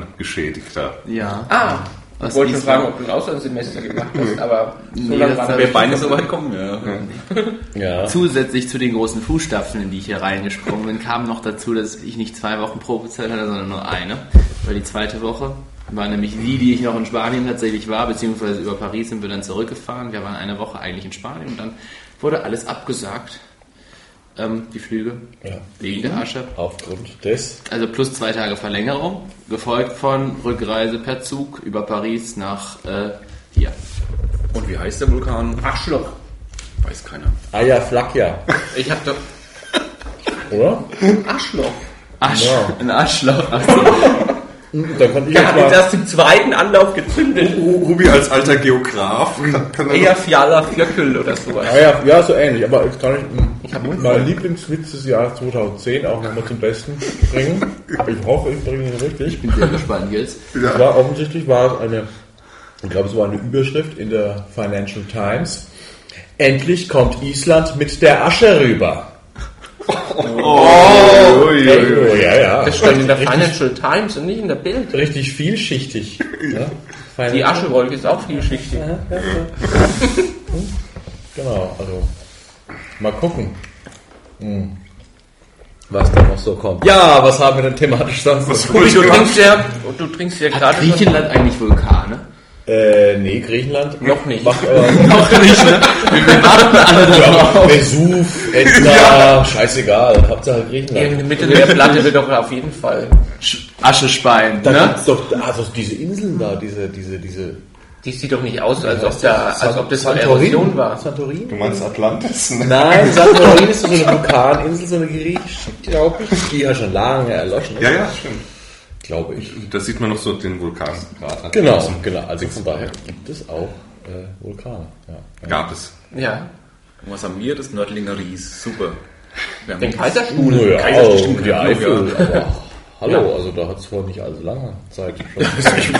Speaker 1: Vulkangeschädigter.
Speaker 4: Ja.
Speaker 2: Ah,
Speaker 4: Was
Speaker 2: ich wollte schon
Speaker 4: Wiesbaden?
Speaker 2: fragen, ob du ein Auslandssemester gemacht hast, aber so
Speaker 4: Nee,
Speaker 2: lange
Speaker 4: das
Speaker 2: war
Speaker 4: hab
Speaker 2: das
Speaker 4: ich
Speaker 3: Wer Beine so weit kommen, ja.
Speaker 5: ja.
Speaker 4: Zusätzlich zu den großen Fußstapfen, in die ich hier reingesprungen bin, kam noch dazu, dass ich nicht zwei Wochen Probezeit hatte, sondern nur eine. Weil die zweite Woche war nämlich die, die ich noch in Spanien tatsächlich war, beziehungsweise über Paris sind wir dann zurückgefahren. Wir waren eine Woche eigentlich in Spanien und dann wurde alles abgesagt. Ähm, die Flüge
Speaker 5: ja.
Speaker 4: wegen der Asche.
Speaker 5: Aufgrund des.
Speaker 4: Also plus zwei Tage Verlängerung, gefolgt von Rückreise per Zug über Paris nach äh, hier.
Speaker 3: Und wie heißt der Vulkan?
Speaker 2: Arschloch.
Speaker 3: Weiß keiner.
Speaker 5: Aya Flakja,
Speaker 3: Ich hab doch.
Speaker 5: oder?
Speaker 2: Arschloch.
Speaker 4: Asch,
Speaker 5: Ja.
Speaker 4: ein Arschloch. Ach so.
Speaker 5: Da konnte ich
Speaker 2: Ja,
Speaker 5: jetzt
Speaker 2: hat jetzt
Speaker 5: mal.
Speaker 2: erst im zweiten Anlauf gezündet. Hm.
Speaker 1: Rubi als alter Geograf kann, kann er
Speaker 2: Eher Fiala Flöckel oder sowas.
Speaker 5: Aya, ja, so ähnlich, aber jetzt kann ich m, meinen Lieblingswitz des Jahres 2010 auch nochmal zum Besten bringen. Ich hoffe, ich bringe ihn richtig.
Speaker 4: Bin sehr gespannt jetzt.
Speaker 5: Es war offensichtlich war es eine, ich glaube, es war eine Überschrift in der Financial Times. Endlich kommt Island mit der Asche rüber.
Speaker 1: noch- Oh. Ui,
Speaker 5: Oh,
Speaker 1: ui, ui.
Speaker 5: ja, ja.
Speaker 2: Das stand in der
Speaker 5: richtig,
Speaker 2: Financial Times und nicht in der Bild.
Speaker 5: richtig vielschichtig. ne? Ja.
Speaker 2: Die Aschewolke ist auch vielschichtig.
Speaker 5: Genau, also mal gucken, hm, was da noch so kommt. Ja, was haben wir denn thematisch sonst? noch?
Speaker 2: Und du trinkst ja, und du trinkst ja
Speaker 4: Hat
Speaker 2: gerade schon
Speaker 4: Griechenland eigentlich Vulkane?
Speaker 5: Äh, nee, Griechenland
Speaker 2: Noch nicht.
Speaker 5: Macht aber
Speaker 4: Noch nicht, ne? Wir warten alle
Speaker 5: ja,
Speaker 4: darauf.
Speaker 5: Vesuv, Etna, scheißegal, Hauptsache halt Griechenland.
Speaker 2: irgendeine Mittelmeerplatte wird doch auf jeden Fall.
Speaker 4: Aschespein,
Speaker 5: Da
Speaker 4: ne?
Speaker 5: gibt's doch also diese Inseln da, diese, diese, diese.
Speaker 2: Die sieht doch nicht aus, als ob, da, als ob das so eine Erosion war.
Speaker 1: Du
Speaker 5: Santorin?
Speaker 1: meinst Atlantis? Ne?
Speaker 5: Nein, Santorin ist so eine Vulkaninsel, so eine griechische, glaube ich. Die ja schon lange erloschen ist,
Speaker 1: Ja, ja, stimmt.
Speaker 5: glaube ich.
Speaker 1: Da sieht man noch so den Vulkankrater.
Speaker 5: Genau, genau. Also von daher gibt es auch äh, Vulkane. Ja.
Speaker 1: Gab es.
Speaker 2: Ja.
Speaker 3: Und was haben wir? Das Nördlinger Ries. Super. Wir haben
Speaker 2: Den Kaiserstuhl.
Speaker 5: Naja,
Speaker 3: Kaiserstuhl,
Speaker 5: oh, die
Speaker 3: ja.
Speaker 5: Eifel. aber- Hallo, also da hat es vor nicht allzu langer Zeit schon.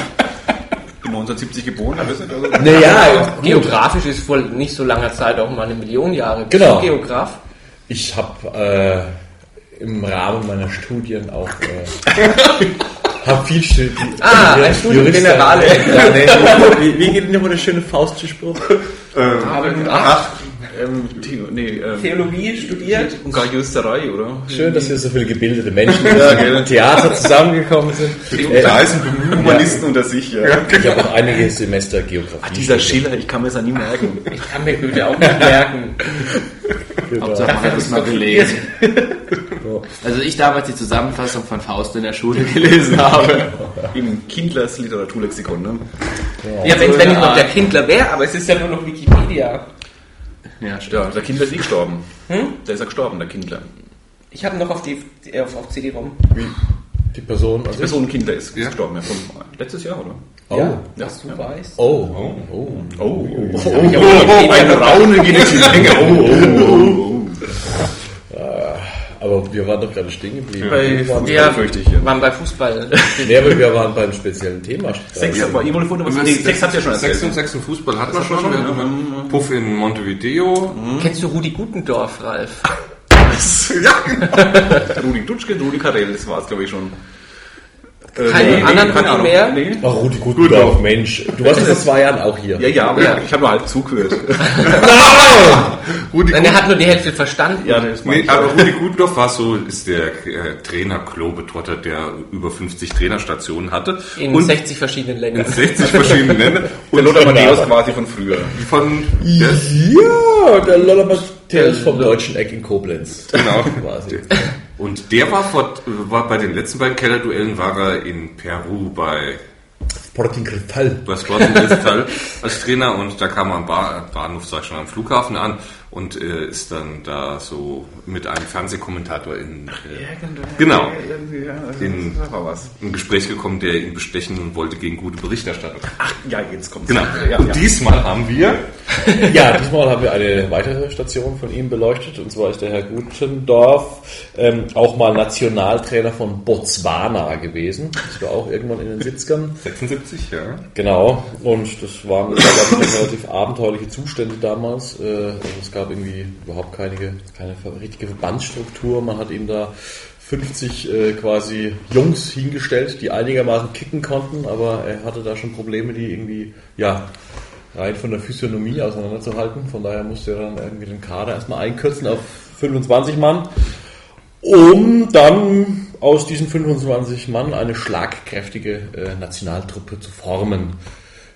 Speaker 3: Bin 1970 geboren, aber ist nicht also
Speaker 5: naja, gut.
Speaker 2: Geografisch ist vor nicht so langer Zeit auch mal eine Million Jahre. Bist
Speaker 5: Genau.
Speaker 2: du Geograf?
Speaker 5: Ich habe äh, im Rahmen meiner Studien auch äh, hab viel studiert.
Speaker 2: Ah, ein Studiengeneral.
Speaker 5: Ja, nee, wie, wie geht denn immer der schöne Faustspruch?
Speaker 1: Ach,
Speaker 3: ähm, Theo, nee, ähm,
Speaker 2: Theologie studiert?
Speaker 3: und gar Juristerei, oder?
Speaker 5: Schön, dass hier so viele gebildete Menschen im Theater zusammengekommen sind.
Speaker 1: da
Speaker 5: Äh,
Speaker 1: ist ein Bemühen.
Speaker 3: Humanisten unter sich, ja.
Speaker 5: ich habe auch einige Semester Geografie.
Speaker 3: Dieser Schiller, ich kann mir das ja nie merken.
Speaker 2: Ich kann mir Goethe auch nicht merken.
Speaker 5: studiert.
Speaker 4: Hauptsache, man hat es mal gelesen. Also ich damals die Zusammenfassung von Faust in der Schule gelesen habe.
Speaker 3: Im Kindlers Literaturlexikon, ne?
Speaker 2: Ja, wenn wenn ich noch der Kindler wäre, aber es ist ja nur noch Wikipedia.
Speaker 4: Ja, stimmt.
Speaker 3: Ja, der Kindler ist eh gestorben. Der ist ja gestorben, der Kindler.
Speaker 2: Ich habe noch auf, die, äh, auf, auf CD-ROM.
Speaker 5: Die Person, also
Speaker 3: Person Kindler ist, ist
Speaker 1: Ja.
Speaker 3: gestorben, ja. Von, letztes Jahr, oder?
Speaker 5: Oh.
Speaker 2: Ja,
Speaker 3: Ja,
Speaker 2: was du
Speaker 3: ja.
Speaker 2: weißt.
Speaker 5: Oh. Oh. oh.
Speaker 3: Oh, oh, oh,
Speaker 2: Ich hab auf Wikipedia noch-
Speaker 3: Raunen geht jetzt die Länge. Oh, oh, oh, oh.
Speaker 5: Aber wir waren doch gerade stehen geblieben.
Speaker 3: Bei-
Speaker 5: Wir waren,
Speaker 3: Ja. fürchte ich, ja.
Speaker 2: waren bei Fußball.
Speaker 5: Nee, aber wir waren beim speziellen Thema.
Speaker 3: Sechs,
Speaker 5: Ja.
Speaker 3: aber ihr wollt vorhin was. Nee, sechs habt ihr schon
Speaker 1: Sechs und
Speaker 3: erzählt. ne?
Speaker 1: Sechs im Fußball hatten wir schon.
Speaker 3: schon,
Speaker 1: Wir
Speaker 3: ja. Mhm.
Speaker 1: hatten mal Puff in Montevideo.
Speaker 2: Kennst du Rudi Gutendorf, Ralf?
Speaker 3: genau. Rudi Dutschke, Rudi Karel, das war's, glaube ich, schon. Äh,
Speaker 2: Keine anderen
Speaker 3: keine
Speaker 2: Rudi
Speaker 3: Ahnung.
Speaker 2: mehr?
Speaker 3: Nee.
Speaker 5: Ach, Oh, Rudi Gutendorf, Mensch. Du warst doch vor zwei Jahren auch hier.
Speaker 3: Ja, ja, aber
Speaker 2: Ja.
Speaker 3: ich habe nur halb zugehört.
Speaker 1: Rudi
Speaker 2: Nein, er hat nur die Hälfte verstanden.
Speaker 3: ja, das
Speaker 1: Nee,
Speaker 3: nee, also,
Speaker 1: aber Rudi Gutendorf war so, ist der äh, Trainer Klobetrotter, der über 50 Trainerstationen hatte.
Speaker 2: In 60 verschiedenen
Speaker 1: in
Speaker 2: Ländern.
Speaker 1: 60 verschiedenen Ländern.
Speaker 3: Der
Speaker 1: Und
Speaker 3: Lothar Matthäus quasi von früher.
Speaker 1: von der,
Speaker 5: Ja, der Lollamatheus vom Deutschen Eck in Koblenz.
Speaker 1: genau.
Speaker 5: Quasi.
Speaker 1: Und der war, vor, war bei den letzten beiden Kellerduellen war er in Peru bei
Speaker 5: Sporting Cristal.
Speaker 1: bei Sporting Cristal als Trainer und da kam er am Ba- Bahnhof, sag ich schon, am Flughafen an und äh, ist dann da so mit einem Fernsehkommentator in, äh, Genau.
Speaker 3: In,
Speaker 1: In-
Speaker 3: das war was.
Speaker 1: ein Gespräch gekommen, der ihn bestechen wollte gegen gute Berichterstattung.
Speaker 3: Ja, jetzt kommt's.
Speaker 1: Genau.
Speaker 3: Ja,
Speaker 1: Und
Speaker 3: ja.
Speaker 1: diesmal haben wir
Speaker 5: Ja, diesmal haben wir eine weitere Station von ihm beleuchtet. Und zwar ist der Herr Gutendorf ähm, auch mal Nationaltrainer von Botswana gewesen. Das war auch irgendwann in den 70ern.
Speaker 1: 76, ja.
Speaker 5: Genau, und das waren das war, glaub ich, relativ abenteuerliche Zustände damals. Äh, Also es gab irgendwie überhaupt keine, keine ver- richtige Verbandsstruktur. Man hat ihm da 50 äh, quasi Jungs hingestellt, die einigermaßen kicken konnten, aber er hatte da schon Probleme, die irgendwie, ja, rein von der Physiognomie auseinanderzuhalten. Von daher musste er dann irgendwie den Kader erstmal einkürzen auf 25 Mann um dann aus diesen 25 Mann eine schlagkräftige äh, Nationaltruppe zu formen.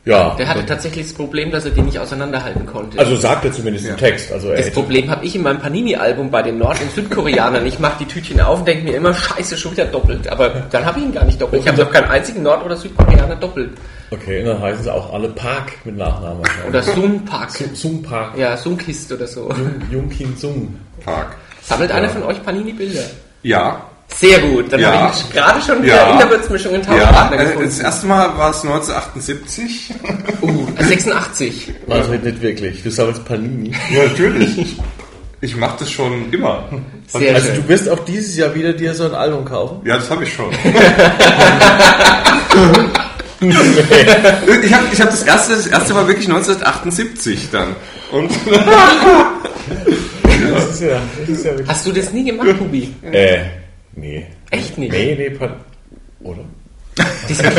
Speaker 5: Ja,
Speaker 2: Der hatte tatsächlich das Problem, dass er die nicht auseinanderhalten konnte.
Speaker 5: also sagt er zumindest im Text. Also er
Speaker 2: das
Speaker 5: hätte,
Speaker 2: Problem habe ich in meinem Panini-Album bei den Nord- und Südkoreanern. Ich mache die Tütchen auf und denke mir immer, scheiße, schon wieder doppelt. Aber dann habe ich ihn gar nicht doppelt. Ich habe noch keinen einzigen Nord- oder Südkoreaner doppelt.
Speaker 5: okay, dann heißen sie auch alle Park mit Nachnamen.
Speaker 2: Oder Sun-Park.
Speaker 5: Sung Park.
Speaker 2: Ja, Sun-Kist oder so.
Speaker 1: Mhm.
Speaker 5: Jung Kim Sung.
Speaker 1: Park.
Speaker 2: Sammelt einer von euch Panini-Bilder?
Speaker 1: Ja,
Speaker 2: Sehr gut. Dann
Speaker 1: Ja.
Speaker 2: habe ich gerade schon wieder
Speaker 1: Ja.
Speaker 2: in der Würzmischung einen
Speaker 1: ja.
Speaker 2: Tauschpartner
Speaker 1: Also, das
Speaker 2: gefunden.
Speaker 1: erste Mal war es 1978.
Speaker 2: Uh, 86.
Speaker 5: Also nicht wirklich. Du sammelst Panini.
Speaker 1: Ja, natürlich. Ich mache das schon immer.
Speaker 2: Sehr
Speaker 5: also
Speaker 2: schön.
Speaker 5: du wirst auch dieses Jahr wieder dir so ein Album kaufen.
Speaker 1: Ja, das habe ich schon. ich habe ich hab das erste, das erste war wirklich 1978 dann. Und
Speaker 5: Das ist ja, das ist ja wirklich.
Speaker 2: Hast du das nie gemacht, Hubi?
Speaker 5: Äh, nee.
Speaker 2: Echt nicht?
Speaker 5: Nee, nee, Pan oder?
Speaker 2: Das geht.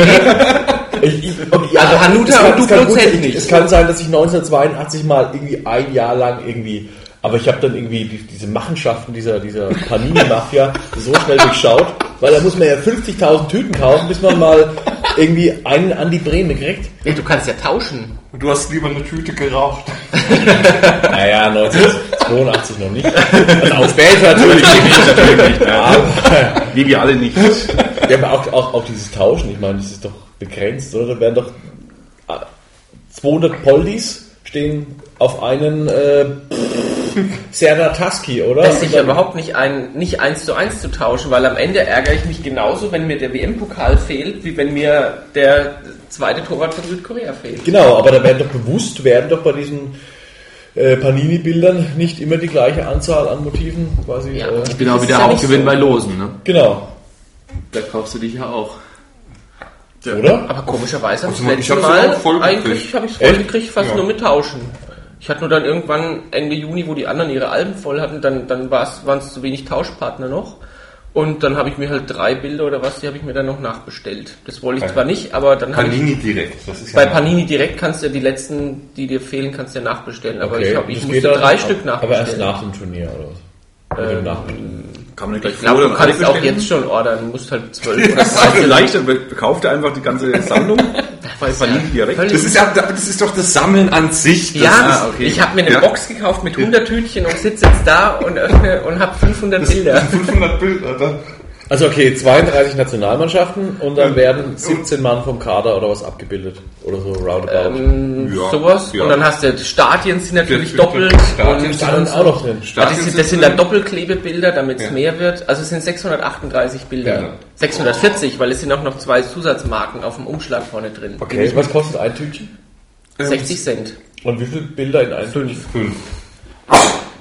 Speaker 2: Also Hanuta und du Prozent
Speaker 5: nicht. Es
Speaker 2: nicht.
Speaker 5: kann sein, dass ich 1982 mal irgendwie ein Jahr lang irgendwie, aber ich habe dann irgendwie die, diese Machenschaften dieser, dieser Panini-Mafia so schnell durchschaut, weil da muss man ja 50.000 Tüten kaufen, bis man mal irgendwie einen an die Breme kriegt.
Speaker 2: Ja, du kannst ja tauschen.
Speaker 1: du hast lieber eine Tüte geraucht.
Speaker 5: Naja, 1982 noch nicht. Also auch später natürlich.
Speaker 3: Wie wir alle nicht.
Speaker 5: Ja, aber auch, auch, auch dieses Tauschen, ich meine, das ist doch begrenzt, oder? Da werden doch äh, 200 Poldis stehen auf einen äh, Serdar Taski, oder?
Speaker 2: Das ist
Speaker 5: Und
Speaker 2: ja
Speaker 5: dann-
Speaker 2: überhaupt nicht ein, nicht eins zu eins zu tauschen, weil am Ende ärgere ich mich genauso, wenn mir der WM-Pokal fehlt, wie wenn mir der zweite Torwart von Südkorea fehlt.
Speaker 5: Genau, aber da werden doch bewusst, werden doch bei diesen äh, Panini-Bildern nicht immer die gleiche Anzahl an Motiven quasi.
Speaker 2: Ja.
Speaker 5: Äh,
Speaker 4: Genau,
Speaker 2: Das
Speaker 4: wie
Speaker 2: ist ja nicht
Speaker 4: der Hauptgewinn
Speaker 2: so.
Speaker 4: bei Losen, ne?
Speaker 5: genau.
Speaker 4: Da kaufst du dich ja auch.
Speaker 5: Oder?
Speaker 2: Aber komischerweise habe ich das
Speaker 1: Also, man-
Speaker 2: letzte
Speaker 1: ich hab's
Speaker 2: Mal
Speaker 1: auch voll gekriegt.
Speaker 2: eigentlich habe ich es voll
Speaker 5: Echt?
Speaker 2: gekriegt, fast
Speaker 1: Ja.
Speaker 2: nur mit Tauschen. Ich hatte nur dann irgendwann Ende Juni, wo die anderen ihre Alben voll hatten, dann, dann war's- waren es zu wenig Tauschpartner noch. Und dann habe ich mir halt drei Bilder oder was, die habe ich mir dann noch nachbestellt. Das wollte ich
Speaker 1: Bei-
Speaker 2: zwar nicht, aber dann habe ich...
Speaker 1: Panini direkt. Das ist
Speaker 2: Bei
Speaker 1: ja
Speaker 2: Panini direkt kannst du ja die letzten, die dir fehlen, kannst du ja nachbestellen. Aber ich, hab, ich
Speaker 5: das
Speaker 2: musste
Speaker 5: geht dann,
Speaker 2: drei Stück
Speaker 5: Aber erst
Speaker 2: nachbestellen. Ähm,
Speaker 5: nach dem Turnier oder was? Oder nach dem
Speaker 3: Kann man nicht gleich
Speaker 2: ich glaube, du
Speaker 3: oder
Speaker 2: kannst auch
Speaker 3: nachbestellen?
Speaker 2: jetzt schon ordern. Du musst halt zwölf oder
Speaker 3: Das ist halt vielleicht, dann kauft er einfach die ganze Sammlung.
Speaker 2: weiß
Speaker 3: Panini
Speaker 2: ja.
Speaker 3: direkt.
Speaker 2: Völlig
Speaker 1: das ist ja, das ist doch das Sammeln an sich. Das
Speaker 2: Ja,
Speaker 1: ist,
Speaker 2: das- ich habe mir eine
Speaker 1: Ja.
Speaker 2: Box gekauft mit 100 Tütchen und sitze jetzt da und öffne und habe 500 Bilder.
Speaker 1: 500 Bilder. Da,
Speaker 5: Also okay, 32 Nationalmannschaften und dann werden 17 Mann vom Kader oder was abgebildet. Oder so roundabout.
Speaker 2: Ähm,
Speaker 1: Ja,
Speaker 2: sowas.
Speaker 1: ja.
Speaker 2: Und dann hast du Stadien sind natürlich
Speaker 1: Ja,
Speaker 2: doppelt.
Speaker 1: Stadien
Speaker 2: und
Speaker 1: sind
Speaker 5: da sind
Speaker 2: sonst-
Speaker 5: auch noch drin.
Speaker 2: das, sind, das sind dann Doppelklebebilder, damit es
Speaker 1: Ja.
Speaker 2: mehr wird. Also es sind 638 Bilder.
Speaker 1: Ja.
Speaker 2: 640, weil es sind auch noch zwei Zusatzmarken auf dem Umschlag vorne drin.
Speaker 5: Okay, was kostet ein Tütchen?
Speaker 2: 60 Cent.
Speaker 5: Und wie viele Bilder in einem Tütchen?
Speaker 1: Fünf.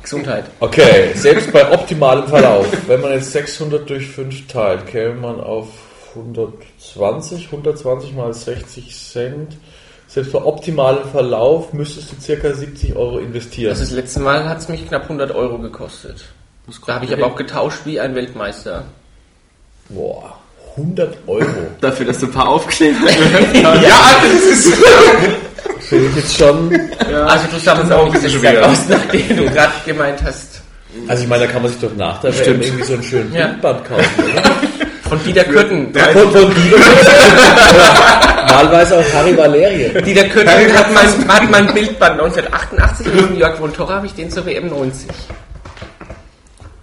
Speaker 2: Gesundheit.
Speaker 5: Okay, selbst bei optimalem Verlauf, wenn man jetzt 600 durch 5 teilt, käme man auf 120, 120 mal 60 Cent. Selbst bei optimalem Verlauf müsstest du circa 70 Euro investieren.
Speaker 2: Also das letzte Mal hat es mich knapp 100 Euro gekostet. Da habe ich aber auch getauscht wie ein Weltmeister.
Speaker 5: Boah, 100 Euro.
Speaker 4: Dafür, dass du ein paar Aufkleber
Speaker 1: Ja, das ist.
Speaker 5: Finde ich jetzt schon.
Speaker 2: also du sammelst auch nicht so
Speaker 3: schwer.
Speaker 2: aus, nachdem du gerade gemeint hast.
Speaker 5: Also ich meine, da kann man sich doch nach der WM irgendwie so einen schönen
Speaker 2: Ja.
Speaker 5: Bildband kaufen. Oder?
Speaker 2: Von Dieter Kürten.
Speaker 5: Von, von Bier. Malweise auch Harry Valerien.
Speaker 2: Dieter Kürten hat mein, hat mein Bildband 1988 und New York Vontora habe ich den zur WM 90.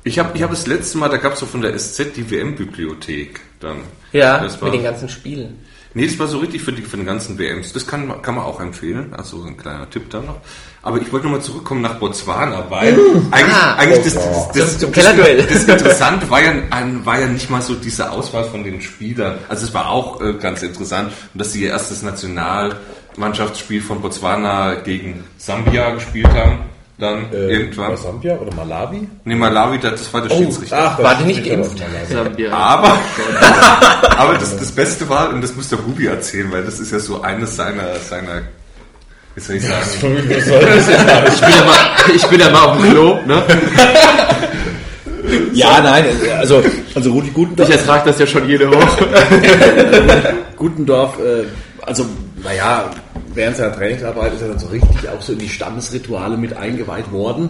Speaker 1: Ich habe ich hab das letzte Mal, da gab es so von der SZ die WM-Bibliothek dann.
Speaker 2: Ja,
Speaker 1: das war,
Speaker 2: mit den ganzen Spielen.
Speaker 1: Nee, das war so richtig für, die, für den ganzen WMs. Das kann, man- kann man auch empfehlen. Also so ein kleiner Tipp da noch. Aber ich wollte nochmal zurückkommen nach Botswana, weil eigentlich,
Speaker 2: Ah.
Speaker 1: eigentlich das, das, das,
Speaker 2: Zurück zum
Speaker 1: das,
Speaker 2: Kellerduell.
Speaker 1: das Interessante war ja, an- war ja nicht mal so diese Auswahl von den Spielern. Also es war auch äh, ganz interessant, dass sie ihr erstes Nationalmannschaftsspiel von Botswana gegen Sambia gespielt haben. Dann
Speaker 2: Äh,
Speaker 1: irgendwann.
Speaker 5: Oder Sambia oder Malawi?
Speaker 1: Nee, Malawi, das war der
Speaker 2: Oh,
Speaker 1: Schiedsrichter.
Speaker 2: war die nicht
Speaker 5: Schiedsrichter
Speaker 2: geimpft?
Speaker 5: war Malawi.
Speaker 4: ja.
Speaker 1: Aber, aber das, das Beste war, und das muss der Ruby erzählen, weil das ist ja so eines seiner, seiner wie soll ich sagen,
Speaker 5: Was soll das jetzt?
Speaker 4: Ich bin ja mal, ich bin ja mal auf dem Klo, ne?
Speaker 5: Ja, nein, also, also Rudi Gutendorf,
Speaker 4: Ich ertrage das ja schon jede Woche.
Speaker 5: Gutendorf äh, also naja, während seiner Trainingsarbeit ist er dann so richtig auch so in die Stammesrituale mit eingeweiht worden.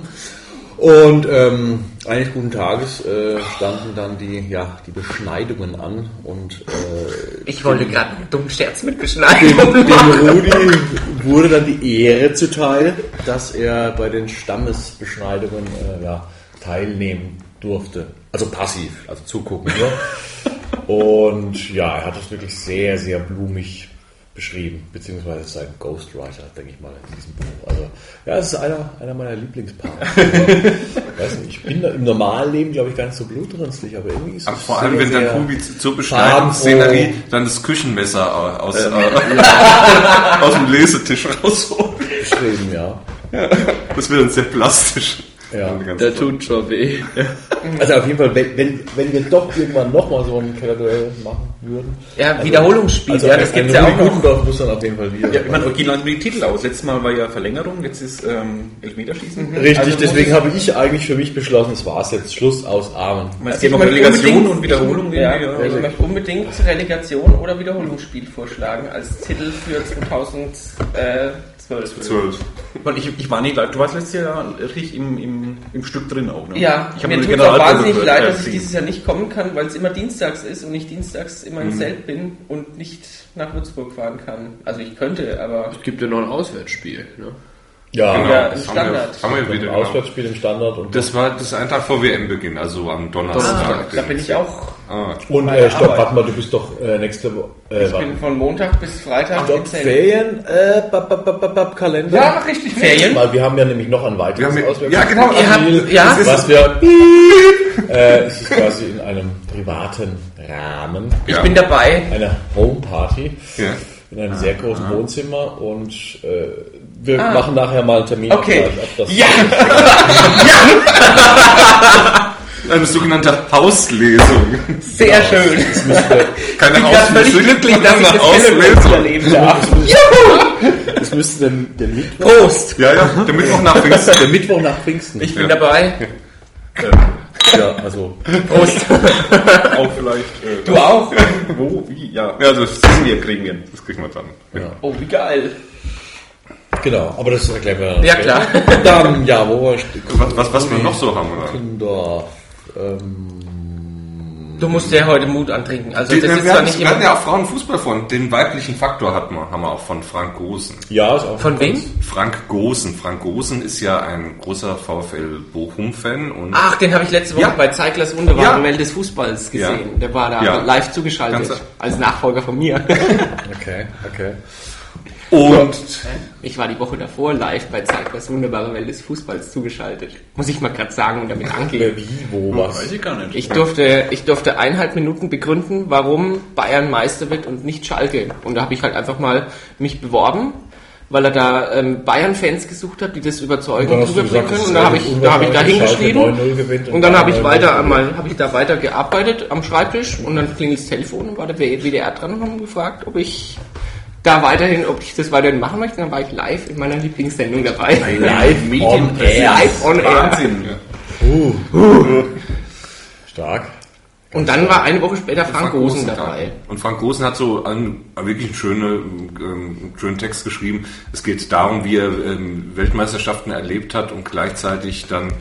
Speaker 5: Und ähm, eines guten Tages äh, standen dann die, ja, die Beschneidungen an und äh,
Speaker 2: Ich wollte gerade einen dummen Scherz mit Beschneidung
Speaker 5: Dem
Speaker 2: machen.
Speaker 5: Rudi wurde dann die Ehre zuteil, dass er bei den Stammesbeschneidungen äh, ja, teilnehmen durfte. Also passiv, also zugucken. Nur. Und ja, er hat es wirklich sehr, sehr blumig beschrieben, beziehungsweise sein Ghostwriter, denke ich mal, in diesem Buch. Also ja, es ist einer, einer meiner Lieblingspaare. Weiß nicht, ich bin da im normalen Leben, glaube ich, gar nicht so blutrünstig, aber irgendwie ist
Speaker 1: aber Also vor
Speaker 5: sehr,
Speaker 1: allem wenn
Speaker 5: sehr-
Speaker 1: dann Ruby zu- zur Beschneidungsszenerie dann das Küchenmesser au- aus, äh, aus dem Lesetisch rausholt.
Speaker 5: beschrieben, ja.
Speaker 1: Das wird dann sehr plastisch.
Speaker 5: Ja.
Speaker 1: Eine ganze
Speaker 4: Der tut schon weh.
Speaker 5: Also auf jeden Fall, wenn, wenn, wenn wir doch irgendwann nochmal so ein Kellerduell machen würden. Also,
Speaker 2: Ja, Wiederholungsspiel, ja, das gibt's ja auch noch.
Speaker 5: Gutendorf muss dann auf jeden Fall wieder.
Speaker 3: Ja, ich meine, gehen langsam die Titel aus. Letztes Mal war ja Verlängerung, jetzt ist ähm, Elfmeterschießen.
Speaker 2: Mhm.
Speaker 5: Richtig,
Speaker 3: Also
Speaker 5: deswegen
Speaker 3: muss-
Speaker 5: habe ich eigentlich für mich beschlossen, es war's jetzt. Schluss aus Armen.
Speaker 3: Ich meine, Es geht noch
Speaker 2: Ich möchte
Speaker 3: Relegation
Speaker 2: unbedingt-
Speaker 3: und Wiederholung.
Speaker 2: Ja,
Speaker 3: irgendwie, also,
Speaker 2: ich möchte unbedingt Relegation oder Wiederholungsspiel vorschlagen als Titel für 2012.
Speaker 1: Zwölf.
Speaker 3: Weil ich, ich war nicht, leid- du warst letztes Jahr richtig im, im, im Stück drin auch. Ne?
Speaker 2: Ja,
Speaker 3: ich
Speaker 2: ich
Speaker 3: habe
Speaker 2: mir
Speaker 3: nur die
Speaker 2: tut auch
Speaker 3: Generalprobe
Speaker 2: wahnsinnig
Speaker 3: gehört.
Speaker 2: leid,
Speaker 3: Ja,
Speaker 2: dass ich
Speaker 3: sie-
Speaker 2: dieses Jahr nicht kommen kann, weil es immer dienstags ist und ich dienstags immer
Speaker 3: Mhm.
Speaker 2: im Zelt bin und nicht nach Würzburg fahren kann. Also ich könnte, aber
Speaker 4: Es gibt ja noch ein Auswärtsspiel, ne?
Speaker 5: Ja,
Speaker 1: Genau,
Speaker 2: Ja,
Speaker 1: das haben
Speaker 2: Standard.
Speaker 1: wir, haben wir
Speaker 5: Ein
Speaker 1: wieder. Genau.
Speaker 5: Auswärtsspiel im Standard und,
Speaker 1: Das war das ein Tag vor WM-Beginn, also am Donnerstag.
Speaker 2: Ah, da bin ich auch.
Speaker 1: Ah.
Speaker 5: und äh, stopp, warte mal, du bist doch äh, nächste Woche. Äh,
Speaker 2: Ich bin von Montag bis Freitag
Speaker 5: stopp, Ferien, äh, bap, bap, bap, bap, bap, Kalender.
Speaker 2: Ja, richtig. Ferien.
Speaker 5: Weil wir haben ja nämlich noch ein
Speaker 1: Wir
Speaker 5: weiteres
Speaker 1: haben ja,
Speaker 5: Auswärtsspiel.
Speaker 1: ja, genau.
Speaker 2: Ihr habt, ja,
Speaker 1: Das ist-
Speaker 5: was wir. äh, es ist quasi in einem privaten Rahmen,
Speaker 2: ich bin dabei.
Speaker 5: einer Homeparty,
Speaker 1: Ja. Ah.
Speaker 5: in einem sehr großen Wohnzimmer und äh, wir machen nachher mal einen Termin.
Speaker 2: Okay.
Speaker 5: Ob das
Speaker 2: Ja!
Speaker 1: Eine sogenannte Hauslesung.
Speaker 2: Sehr schön.
Speaker 1: Keine
Speaker 2: Ich bin gerade völlig
Speaker 1: Hauslesung,
Speaker 2: glücklich, dass ich
Speaker 1: sondern
Speaker 2: das Halloween
Speaker 1: Auslesung.
Speaker 2: überleben darf.
Speaker 5: Das müsste dann der, Mittwoch,
Speaker 2: Prost!
Speaker 1: Ja, ja, der Mittwoch nach Pfingsten.
Speaker 5: der Mittwoch nach Pfingsten.
Speaker 2: Ich bin dabei.
Speaker 5: ja, also
Speaker 2: Prost!
Speaker 3: Auch vielleicht. Äh,
Speaker 2: Du auch?
Speaker 3: wo? Wie? Ja.
Speaker 1: Ja, also, das
Speaker 3: Wissen wir, kriegen wir.
Speaker 1: Das kriegen wir dann.
Speaker 2: Oh, wie geil.
Speaker 5: genau, aber das erklären wir dann
Speaker 2: Ja, klar.
Speaker 5: später. Dann, ja, wo war ich?
Speaker 1: Was, was, was wir noch so haben, oder?
Speaker 5: Kinderdorf. Ähm,
Speaker 2: Du musst ja heute Mut antrinken. Also,
Speaker 1: Die,
Speaker 2: das ist
Speaker 1: wir,
Speaker 2: zwar
Speaker 1: hatten,
Speaker 2: nicht
Speaker 1: wir hatten
Speaker 2: immer.
Speaker 1: ja auch Frauenfußball von. Den weiblichen Faktor hatten wir, haben wir auch von Frank Gosen.
Speaker 5: ja, ist auch.
Speaker 2: Von wem?
Speaker 1: Frank Gosen. Frank Gosen ist ja ein großer VfL Bochum-Fan und
Speaker 2: Ach, den habe ich letzte Woche
Speaker 1: Ja.
Speaker 2: bei Zeiglers Wunderbar
Speaker 1: Ja.
Speaker 2: ja. Welt des Fußballs gesehen.
Speaker 1: Ja.
Speaker 2: Der war da
Speaker 1: Ja.
Speaker 2: live zugeschaltet.
Speaker 1: Ganz-
Speaker 2: als Nachfolger von mir.
Speaker 5: Okay, okay.
Speaker 1: Und
Speaker 2: Ich war die Woche davor live bei Zeiglers Wunderbare Welt des Fußballs zugeschaltet. Muss ich mal gerade sagen und damit angehen.
Speaker 5: Wer Äh, wie, wo, was?
Speaker 3: Weiß ich gar nicht.
Speaker 2: Ich durfte, ich durfte eineinhalb Minuten begründen, warum Bayern Meister wird und nicht Schalke. Und da habe ich halt einfach mal mich beworben, weil er da ähm, Bayern-Fans gesucht hat, die das
Speaker 5: Dann
Speaker 2: überzeugend
Speaker 5: hast du
Speaker 2: rüberbringen
Speaker 5: gesagt,
Speaker 2: können.
Speaker 5: es
Speaker 2: Und da habe
Speaker 5: ist
Speaker 2: ich, da habe ich da
Speaker 5: unwahrscheinlich,
Speaker 2: hingeschrieben.
Speaker 5: Schalke 9-0 gewinnt und
Speaker 2: Und dann habe ich
Speaker 5: Bayern
Speaker 2: weiter
Speaker 5: 9-0
Speaker 2: einmal, habe ich da weiter gearbeitet am Schreibtisch und dann klingelt das Telefon und war der WDR dran und haben gefragt, ob ich da weiterhin, ob ich das weiterhin machen möchte. Dann war ich live in meiner Lieblingssendung dabei.
Speaker 5: Live on air.
Speaker 2: live on air.
Speaker 3: Wahnsinn.
Speaker 5: Stark.
Speaker 2: Und dann war eine Woche später Frank Rosen
Speaker 1: da.
Speaker 2: dabei.
Speaker 1: Und Frank Rosen hat so einen, wirklich einen schönen, ähm, einen schönen Text geschrieben. Es geht darum, wie er ähm, Weltmeisterschaften erlebt hat und gleichzeitig dann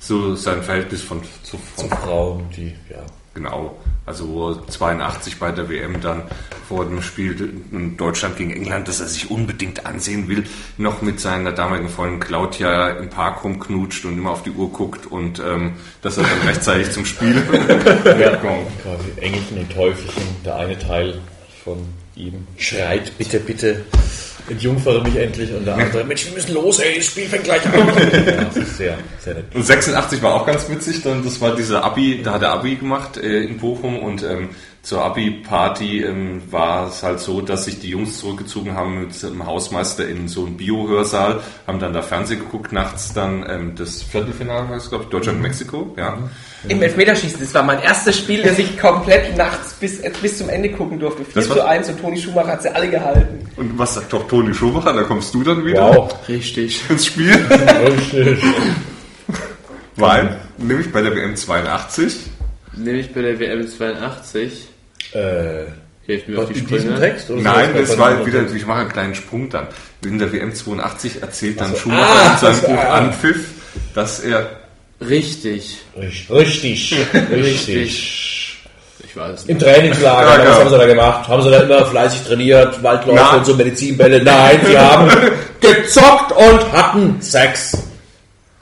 Speaker 1: so sein Verhältnis von, zu,
Speaker 5: Zu
Speaker 1: von
Speaker 5: Frauen, die, ja.
Speaker 1: genau. Also wo er 82 bei der WM dann vor dem Spiel in Deutschland gegen England, dass er sich unbedingt ansehen will, noch mit seiner damaligen Freundin Claudia im Park rumknutscht und immer auf die Uhr guckt und ähm, dass er dann rechtzeitig zum Spiel kommt.
Speaker 5: Quasi Engelchen und Teufelchen, der eine Teil von ihm schreit, bitte, bitte, entjungfere mich endlich. Und der andere, Mensch, wir müssen los, ey, das Spiel fängt gleich an. ja, das ist sehr, sehr nett.
Speaker 1: Und 86 war auch ganz witzig, dann das war diese Abi, da hat er Abi gemacht äh, in Bochum und ähm, zur Abi-Party ähm, war es halt so, dass sich die Jungs zurückgezogen haben mit dem Hausmeister in so einen Bio-Hörsaal, haben dann da Fernsehen geguckt, nachts dann ähm, das Viertelfinale war es, glaube ich, Deutschland-Mexiko, ja.
Speaker 2: Im Elfmeterschießen, das war mein erstes Spiel, das ich komplett nachts bis, äh, bis zum Ende gucken durfte. 4
Speaker 1: Das war-
Speaker 2: zu 1 und Toni Schumacher hat sie alle gehalten.
Speaker 1: Und was sagt doch Toni Schumacher, da kommst du dann wieder
Speaker 5: Wow.
Speaker 4: Richtig.
Speaker 1: ins Spiel,
Speaker 5: Richtig.
Speaker 1: weil nämlich bei der WM 82
Speaker 4: Nämlich bei der WM 82.
Speaker 5: äh,
Speaker 4: Hilft mir
Speaker 5: was,
Speaker 4: auf die
Speaker 5: in diesem
Speaker 4: Sprünge.
Speaker 5: Text? Oder
Speaker 1: Nein,
Speaker 5: soll
Speaker 1: das
Speaker 5: bei
Speaker 1: war
Speaker 5: einem
Speaker 1: wieder,
Speaker 5: anderen
Speaker 1: ich mache einen kleinen Sprung dann. In der WM 82 erzählt dann Schumacher in seinem Buch Anpfiff, dass er,
Speaker 4: Richtig.
Speaker 5: Text? Richtig. Richtig.
Speaker 4: Ich weiß es
Speaker 5: Im
Speaker 4: nicht.
Speaker 5: Trainingslager,
Speaker 1: Ja,
Speaker 5: was
Speaker 1: genau.
Speaker 5: haben sie da gemacht? Haben sie da immer fleißig trainiert, Waldläufe
Speaker 1: Na.
Speaker 5: und so Medizinbälle? Nein, sie haben gezockt und hatten Sex.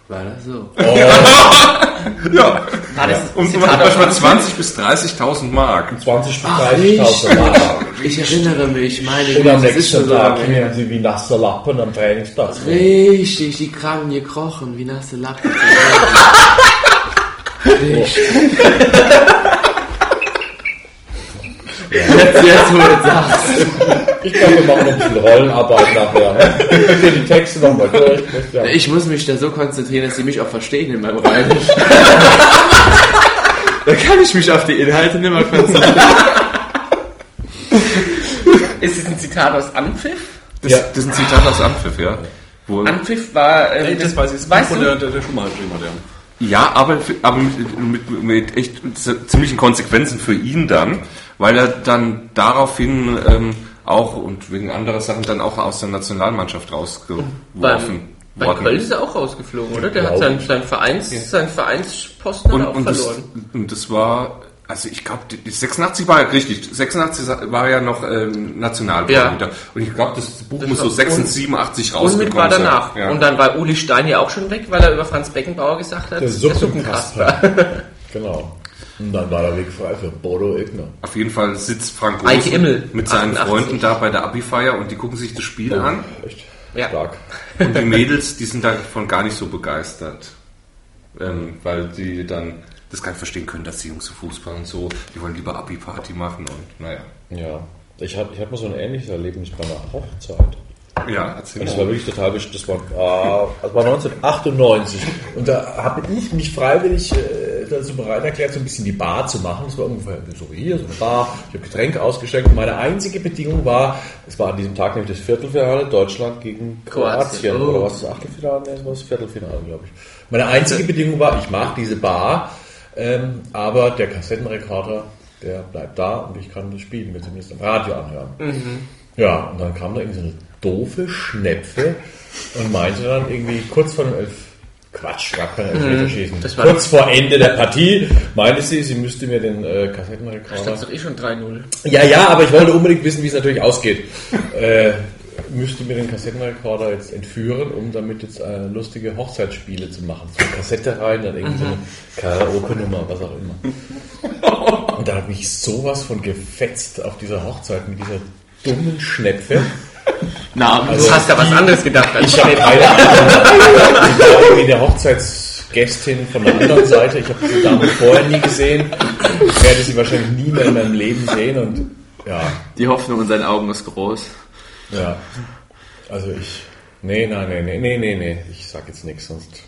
Speaker 4: War das so?
Speaker 5: Oh,
Speaker 1: ja,
Speaker 2: War das
Speaker 1: um
Speaker 2: Zitat aus
Speaker 1: manchmal
Speaker 2: Hans-
Speaker 1: 20 bis 30.000 Mark.
Speaker 5: 20 bis
Speaker 4: Ach,
Speaker 5: 30.000 Mark.
Speaker 4: Ich erinnere mich, meine
Speaker 5: Und am
Speaker 4: das ist schon
Speaker 5: nächsten
Speaker 4: so
Speaker 5: Tag
Speaker 4: lange her.
Speaker 5: hingen sie wie nasse Lappen am Trainingsplatz.
Speaker 4: Richtig, die Kragen gekrochen, wie nasse Lappen. Richtig. Jetzt, jetzt, wo du es sagst.
Speaker 5: Ich glaube, wir machen noch ein bisschen Rollenarbeit nachher. ne? Ich gehe die Texte nochmal durch. Ja.
Speaker 4: Ich muss mich da so konzentrieren, dass sie mich auch verstehen in meinem Reiten. da kann ich mich auf die Inhalte nicht mehr konzentrieren.
Speaker 2: Ist es ein Zitat aus Anpfiff?
Speaker 1: Das, das ist ein Zitat aus Anpfiff, ja. Wo,
Speaker 2: Anpfiff war... ähm,
Speaker 3: Das weiß ich.
Speaker 2: Weißt
Speaker 3: Von
Speaker 2: du?
Speaker 3: der, der, der Schumacher geschrieben hat, ja.
Speaker 1: ja, aber, aber mit, mit, mit echt ziemlichen Konsequenzen für ihn dann, weil er dann daraufhin ähm, auch und wegen anderer Sachen dann auch aus der Nationalmannschaft rausgeworfen
Speaker 2: Bei Köln ist er auch rausgeflogen, oder? Der hat
Speaker 5: Glaube
Speaker 2: seinen, seinen, Vereins, seinen Vereinsposten
Speaker 1: und,
Speaker 2: hat er auch
Speaker 1: und, das,
Speaker 2: verloren.
Speaker 1: und das war, also ich glaube, 86 war ja richtig, 86 war ja noch ähm, Nationaltorhüter. Und ich glaube, das Buch muss so
Speaker 2: war-
Speaker 1: 86, 87
Speaker 2: Und mit
Speaker 1: rausgekommen
Speaker 2: war danach.
Speaker 1: sein. Ja.
Speaker 2: Und dann war Uli Stein ja auch schon weg, weil er über Franz Beckenbauer gesagt hat,
Speaker 5: Der Suppenkasper. Genau. Und dann war der Weg frei für Bodo Egner.
Speaker 1: Auf jeden Fall sitzt Frank
Speaker 2: Eike
Speaker 1: Rosen
Speaker 2: Immel,
Speaker 1: mit seinen
Speaker 2: 88.
Speaker 1: Freunden da bei der Abi-Feier und die gucken sich das Spiel an.
Speaker 5: Echt
Speaker 2: Ja.
Speaker 5: stark.
Speaker 1: Und die Mädels, die sind davon gar nicht so begeistert. Ähm, weil die dann das gar nicht verstehen können, dass die Jungs so Fußball und so, die wollen lieber Abi-Party machen und naja.
Speaker 5: Ja. Ich hatte ich hab mal so ein ähnliches Erlebnis bei einer Hochzeit.
Speaker 1: Ja, erzähl
Speaker 5: Das
Speaker 1: mal.
Speaker 5: war ah, wirklich total besch- das war, äh, das war 1998 und da habe ich mich freiwillig äh, dazu bereit erklärt, so ein bisschen die Bar zu machen. Es war ungefähr so wie hier, so eine Bar. Ich habe Getränke ausgeschenkt. Meine einzige Bedingung war, es war an diesem Tag nämlich das Viertelfinale Deutschland gegen Kroatien.
Speaker 4: Kroatien, oh.
Speaker 5: Oder was? Achtelfinale? Nee, das war das Viertelfinale, glaube ich. Meine einzige Bedingung war, ich mache diese Bar, ähm, aber der Kassettenrekorder, der bleibt da und ich kann das spielen, mir zumindest im Radio anhören.
Speaker 4: Mhm.
Speaker 5: Ja, und dann kam da irgendwie so eine doofe Schnepfe und meinte dann irgendwie kurz vor dem Elf Quatsch, gab kein Elfmeterschießen.
Speaker 2: Mhm. das war-
Speaker 5: kurz vor Ende der Partie meinte sie, sie müsste mir den äh, Kassettenrekorder.
Speaker 2: Stand doch eh schon 3-0.
Speaker 5: Ja, ja, aber ich wollte unbedingt wissen, wie es natürlich ausgeht. äh, müsste mir den Kassettenrekorder jetzt entführen, um damit jetzt äh, lustige Hochzeitsspiele zu machen. So eine Kassette rein, dann irgendwie
Speaker 2: Mhm.
Speaker 5: so eine Karaoke-Nummer, was auch immer. Und da hat mich sowas von gefetzt auf dieser Hochzeit mit dieser dummen Schnepfe.
Speaker 4: Na,
Speaker 5: also-
Speaker 2: Du hast da was anderes gedacht als
Speaker 5: Ich habe
Speaker 2: Schnepfe.
Speaker 5: keine Ahnung. Ich war irgendwie der Hochzeitsgästin von der anderen Seite. Ich habe die Dame vorher nie gesehen. Ich werde sie wahrscheinlich nie mehr in meinem Leben sehen. Und ja,
Speaker 4: die Hoffnung in seinen Augen ist groß.
Speaker 5: Ja. Also ich. Nee, nein, nee, nee, nee, nee, nee. Ich sag jetzt nichts, sonst.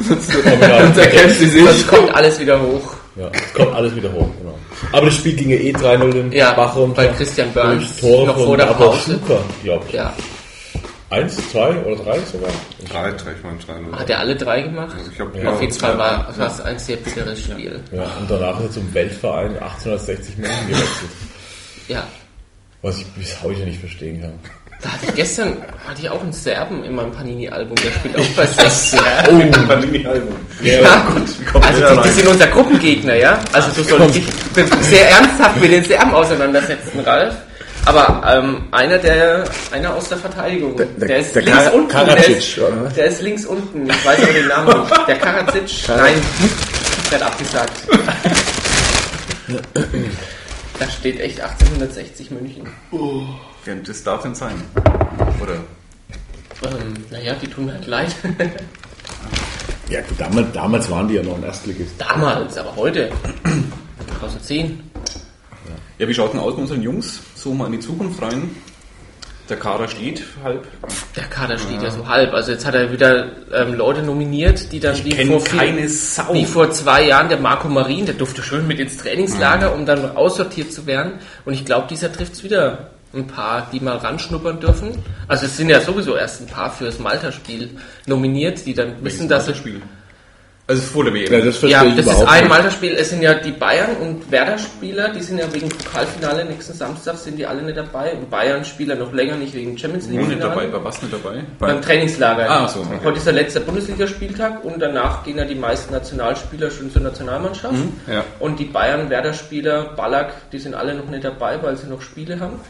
Speaker 5: sonst kommt, ja,
Speaker 4: Erkennst du sie?
Speaker 2: Das kommt alles wieder hoch.
Speaker 5: ja, es kommt alles wieder hoch, genau. Aber das Spiel ging ja eh 3-0 den
Speaker 2: Ja,
Speaker 5: Bach runter.
Speaker 2: bei Christian Burns
Speaker 5: Durch Tore
Speaker 2: noch
Speaker 5: von
Speaker 2: vor der
Speaker 5: Abba
Speaker 2: Pause.
Speaker 5: Schuka, glaub ich.
Speaker 2: Ja.
Speaker 5: Eins, zwei oder drei sogar.
Speaker 1: Drei, drei, ich meine drei.
Speaker 2: Hat er alle drei gemacht?
Speaker 1: Ich hab,
Speaker 2: Auf jeden Fall war war es ein sehr bitteres Spiel.
Speaker 5: Ja, und danach ist er zum Weltverein 1860 München gewechselt.
Speaker 2: Ja.
Speaker 5: Was ich bis heute nicht verstehen kann.
Speaker 2: Da hatte ich gestern hatte ich auch einen Serben in meinem Panini-Album, der spielt auch bei 16.
Speaker 1: Oh
Speaker 5: Ja,
Speaker 2: Also die, die sind unser Gruppengegner, ja? Also du sollst dich sehr ernsthaft mit den Serben auseinandersetzen, Ralf. Aber ähm, einer der einer aus der Verteidigung, der, ist
Speaker 6: der
Speaker 2: links
Speaker 6: Kara-
Speaker 2: unten, der
Speaker 6: Karadzic,
Speaker 2: ist,
Speaker 6: oder?
Speaker 2: der ist links unten, ich weiß aber den Namen nicht. Der Karadzic, nein, der hat abgesagt. Da steht echt 1860 München.
Speaker 3: Ja, Das darf denn sein. Oder?
Speaker 2: Ähm, naja, die tun mir halt leid.
Speaker 6: Ja, gut, damals, damals waren die ja noch ein Erstligist.
Speaker 2: Damals, aber heute. 2010.
Speaker 3: Ja, wie schaut denn aus mit unseren Jungs? So mal in die Zukunft rein. Der Kader steht Halt halb.
Speaker 2: Der Kader steht ja so halb. Also jetzt hat er wieder ähm, Leute nominiert, die dann wie
Speaker 3: kenn
Speaker 2: vor, vier-
Speaker 3: keine Sau.
Speaker 2: wie vor zwei Jahren der Marco Marin, der durfte schön mit ins Trainingslager,
Speaker 3: Mhm.
Speaker 2: um dann aussortiert zu werden. Und ich glaube, dieser trifft es wieder. Ein paar, die mal ranschnuppern dürfen. Also es sind ja sowieso erst ein paar fürs Malta-Spiel nominiert, die dann wissen, dass sie
Speaker 3: das Spiel. Also vor der WM.
Speaker 6: Ja, das verstehe
Speaker 2: Ja,
Speaker 6: ich
Speaker 2: das ist
Speaker 6: überhaupt
Speaker 2: ein
Speaker 6: nicht.
Speaker 2: Malterspiel. Es sind ja die Bayern- und Werder-Spieler, die sind ja wegen Pokalfinale nächsten Samstag, sind die alle nicht dabei. Und Bayern-Spieler noch länger nicht wegen Champions
Speaker 3: Nur nicht dabei,
Speaker 2: League-Finale.
Speaker 3: bei was nicht dabei?
Speaker 2: Beim Trainingslager.
Speaker 3: Ah, so, okay.
Speaker 2: Heute ist der letzte Bundesligaspieltag und danach gehen ja die meisten Nationalspieler schon zur Nationalmannschaft.
Speaker 3: Mhm,
Speaker 1: ja.
Speaker 2: Und die Bayern-Werder-Spieler, Ballack, die sind alle noch nicht dabei, weil sie noch Spiele haben.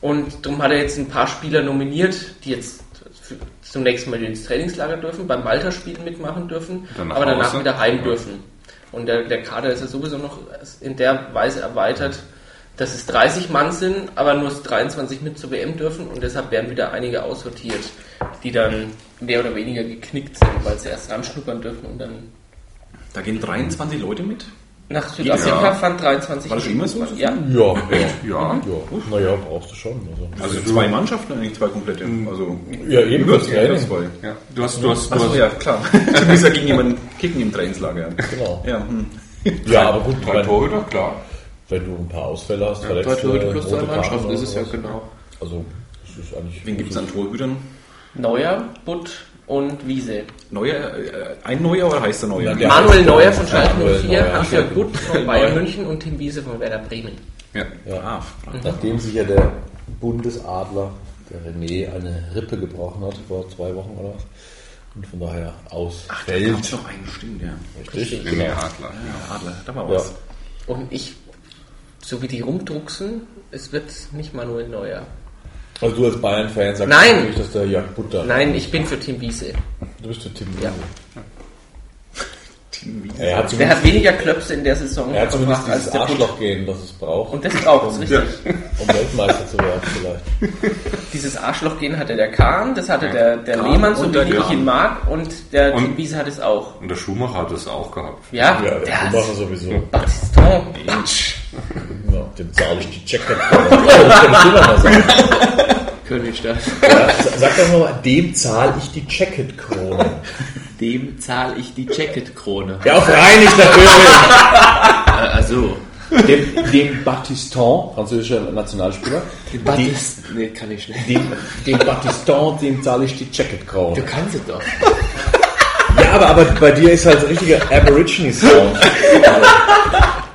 Speaker 2: Und darum hat er jetzt ein paar Spieler nominiert, die jetzt für- zunächst mal ins Trainingslager dürfen, beim Malta-Spielen mitmachen dürfen,
Speaker 1: Dann nach
Speaker 2: aber danach
Speaker 1: Hause.
Speaker 2: wieder heim dürfen. Und der, der Kader ist ja sowieso noch in der Weise erweitert, dass es 30 Mann sind, aber nur 23 mit zur WM dürfen und deshalb werden wieder einige aussortiert, die dann mehr oder weniger geknickt sind, weil sie erst ranschnuppern dürfen und dann
Speaker 3: Da gehen 23 Leute mit.
Speaker 2: nach Südafrika
Speaker 1: Ja.
Speaker 2: fahren 23
Speaker 3: War das schon immer so?
Speaker 2: Ja.
Speaker 5: ja, ja.
Speaker 1: Ja,
Speaker 5: ja. Naja, brauchst du schon. Also. Mhm.
Speaker 3: Also zwei Mannschaften eigentlich, zwei komplette. Also
Speaker 5: Ja, eben
Speaker 3: über
Speaker 5: das
Speaker 3: zwei.
Speaker 5: Training.
Speaker 3: zwei.
Speaker 1: ja. Du hast, du hast, du
Speaker 3: Achso,
Speaker 1: hast
Speaker 3: ja, klar. Du bist ja gegen jemanden kicken im Trainingslager.
Speaker 5: Genau.
Speaker 3: Ja, hm.
Speaker 5: Ja, aber gut,
Speaker 1: drei
Speaker 5: wenn,
Speaker 1: Torhüter, klar.
Speaker 5: wenn du ein paar Ausfälle hast, verletzt,
Speaker 4: Drei Torhüter
Speaker 5: äh,
Speaker 4: plus zwei
Speaker 5: rote Karten
Speaker 4: Mannschaften,
Speaker 5: oder
Speaker 4: das ist ja
Speaker 5: sowas.
Speaker 4: genau.
Speaker 5: Also, das ist eigentlich.
Speaker 3: Wen gibt es an Torhütern?
Speaker 2: Neuer, Butt und Wiese.
Speaker 3: Neuer, äh, ein Neuer oder heißt der Neuer?
Speaker 5: Nein, der- Ja,
Speaker 2: Manuel Neuer von
Speaker 5: Manuel
Speaker 2: Schalke 04,
Speaker 5: Neuer.
Speaker 2: Hans-Jörg Butt von Bayern
Speaker 5: Neuer.
Speaker 2: München und Tim Wiese von Werder Bremen.
Speaker 1: Ja.
Speaker 3: Ah,
Speaker 5: Nachdem sich ja der Bundesadler, der René, eine Rippe gebrochen hat vor zwei Wochen oder was. Und von daher
Speaker 3: da
Speaker 5: ausfällt.
Speaker 3: gab's noch einen, stimmt, ja.
Speaker 5: richtig.
Speaker 1: René Adler.
Speaker 3: Ja, Adler, da war
Speaker 5: Ja.
Speaker 3: was.
Speaker 2: Und ich, so wie die rumdrucksen, es wird nicht Manuel Neuer.
Speaker 5: Also du als Bayern-Fan sagst
Speaker 2: Nein.
Speaker 5: natürlich, dass der Jörg Butter.
Speaker 2: Nein, ich bin für Tim Wiese.
Speaker 5: Du bist der Tim
Speaker 2: Ja.
Speaker 5: Wiese. Er hat
Speaker 2: Der
Speaker 5: zumindest,
Speaker 2: hat weniger Klöpse in der Saison
Speaker 5: er hat zumindest
Speaker 2: verbracht
Speaker 5: dieses
Speaker 2: der Butt.
Speaker 5: Arschlochgehen, das es braucht,
Speaker 2: Und das braucht es, richtig.
Speaker 5: um Weltmeister zu werden vielleicht.
Speaker 2: Dieses Arschlochgehen hatte der Kahn, das hatte der, der Lehmann, so
Speaker 3: und
Speaker 2: wie
Speaker 3: der
Speaker 2: ich
Speaker 3: Kahn.
Speaker 2: ihn mag, und der
Speaker 1: Und-
Speaker 2: Tim Wiese hat es auch.
Speaker 1: Und der Schumacher hat es auch gehabt.
Speaker 2: Ja,
Speaker 5: Ja,
Speaker 2: der
Speaker 5: Ah, der
Speaker 2: hat
Speaker 5: Schumacher sowieso.
Speaker 2: Baston, Batsch.
Speaker 5: Ja, dem zahle ich die Checker. Dem Silbermesser.
Speaker 4: Königstadt.
Speaker 5: Sag doch mal, dem zahl ich die Jacket-Krone.
Speaker 4: Dem zahle ich die Jacket-Krone.
Speaker 5: Ja, auf Reinig natürlich.
Speaker 4: Also,
Speaker 5: Dem, dem Battiston, französischer Nationalspieler, dem,
Speaker 4: Batist. Nee, kann ich nicht.
Speaker 5: dem, dem Battiston, dem zahle ich die Jacket-Krone.
Speaker 4: Du kannst es doch.
Speaker 5: Ja, aber, aber bei dir ist halt so ein richtiger Aborigine-Sound.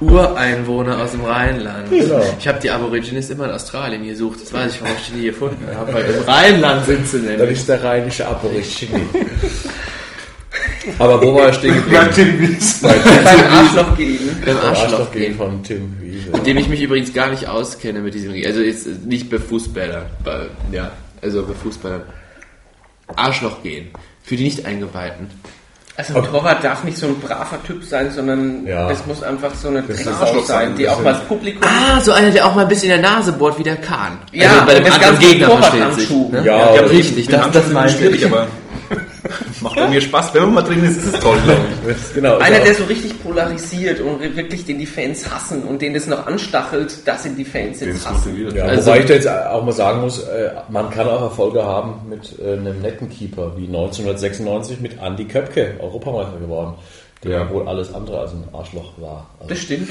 Speaker 4: Ureinwohner aus dem Rheinland.
Speaker 5: Genau.
Speaker 4: Ich habe die Aborigines immer in Australien gesucht. Das weiß ich, warum ich die nie gefunden habe. Weil im Rheinland sind sie
Speaker 5: Das
Speaker 4: nämlich.
Speaker 5: ist der rheinische Aborigine. Aber wo war er stehen geblieben?
Speaker 1: Bei Tim Wies.
Speaker 2: Beim Arschloch gehen.
Speaker 4: Im Arschloch
Speaker 5: Arschloch
Speaker 4: gehen.
Speaker 5: gehen von Tim Wiese.
Speaker 4: Mit dem ich mich übrigens gar nicht auskenne mit diesem. Also jetzt nicht bei Fußballern. Bei, ja, also bei Fußballern. Arschloch gehen. Für die Nicht-Eingeweihten.
Speaker 2: Also ein Torwart darf nicht so ein braver Typ sein, sondern
Speaker 5: Ja.
Speaker 2: das muss einfach so eine
Speaker 5: ist
Speaker 2: Drecksau
Speaker 5: auch
Speaker 2: sein,
Speaker 5: so
Speaker 2: die
Speaker 5: ein
Speaker 2: auch mal das Publikum...
Speaker 4: Ah, so einer, der auch mal ein bisschen in der Nase bohrt, wie der Kahn. also bei
Speaker 2: und
Speaker 4: dem
Speaker 2: das
Speaker 4: anderen
Speaker 2: ganze
Speaker 4: Gegner
Speaker 2: Torwart
Speaker 4: versteht sich.
Speaker 2: anschuben.
Speaker 4: Ne?
Speaker 5: Ja,
Speaker 4: ja, richtig. Das, das
Speaker 3: ist
Speaker 4: meine
Speaker 3: schwierig,
Speaker 4: ich.
Speaker 3: aber macht auch mir Spaß. Wenn man mal drin ist, ist es toll, glaube ich.
Speaker 5: genau.
Speaker 2: Einer, der so richtig polarisiert und wirklich den die Fans hassen und den das noch anstachelt, dass ihn die Fans jetzt hassen.
Speaker 5: ja,
Speaker 4: also-
Speaker 5: wobei ich da jetzt auch mal sagen muss, äh, man kann auch Erfolge haben mit äh, einem netten Keeper, wie 1996 mit Andy Köpke, Europameister geworden, der wohl alles andere als ein Arschloch war. Also,
Speaker 2: Das stimmt.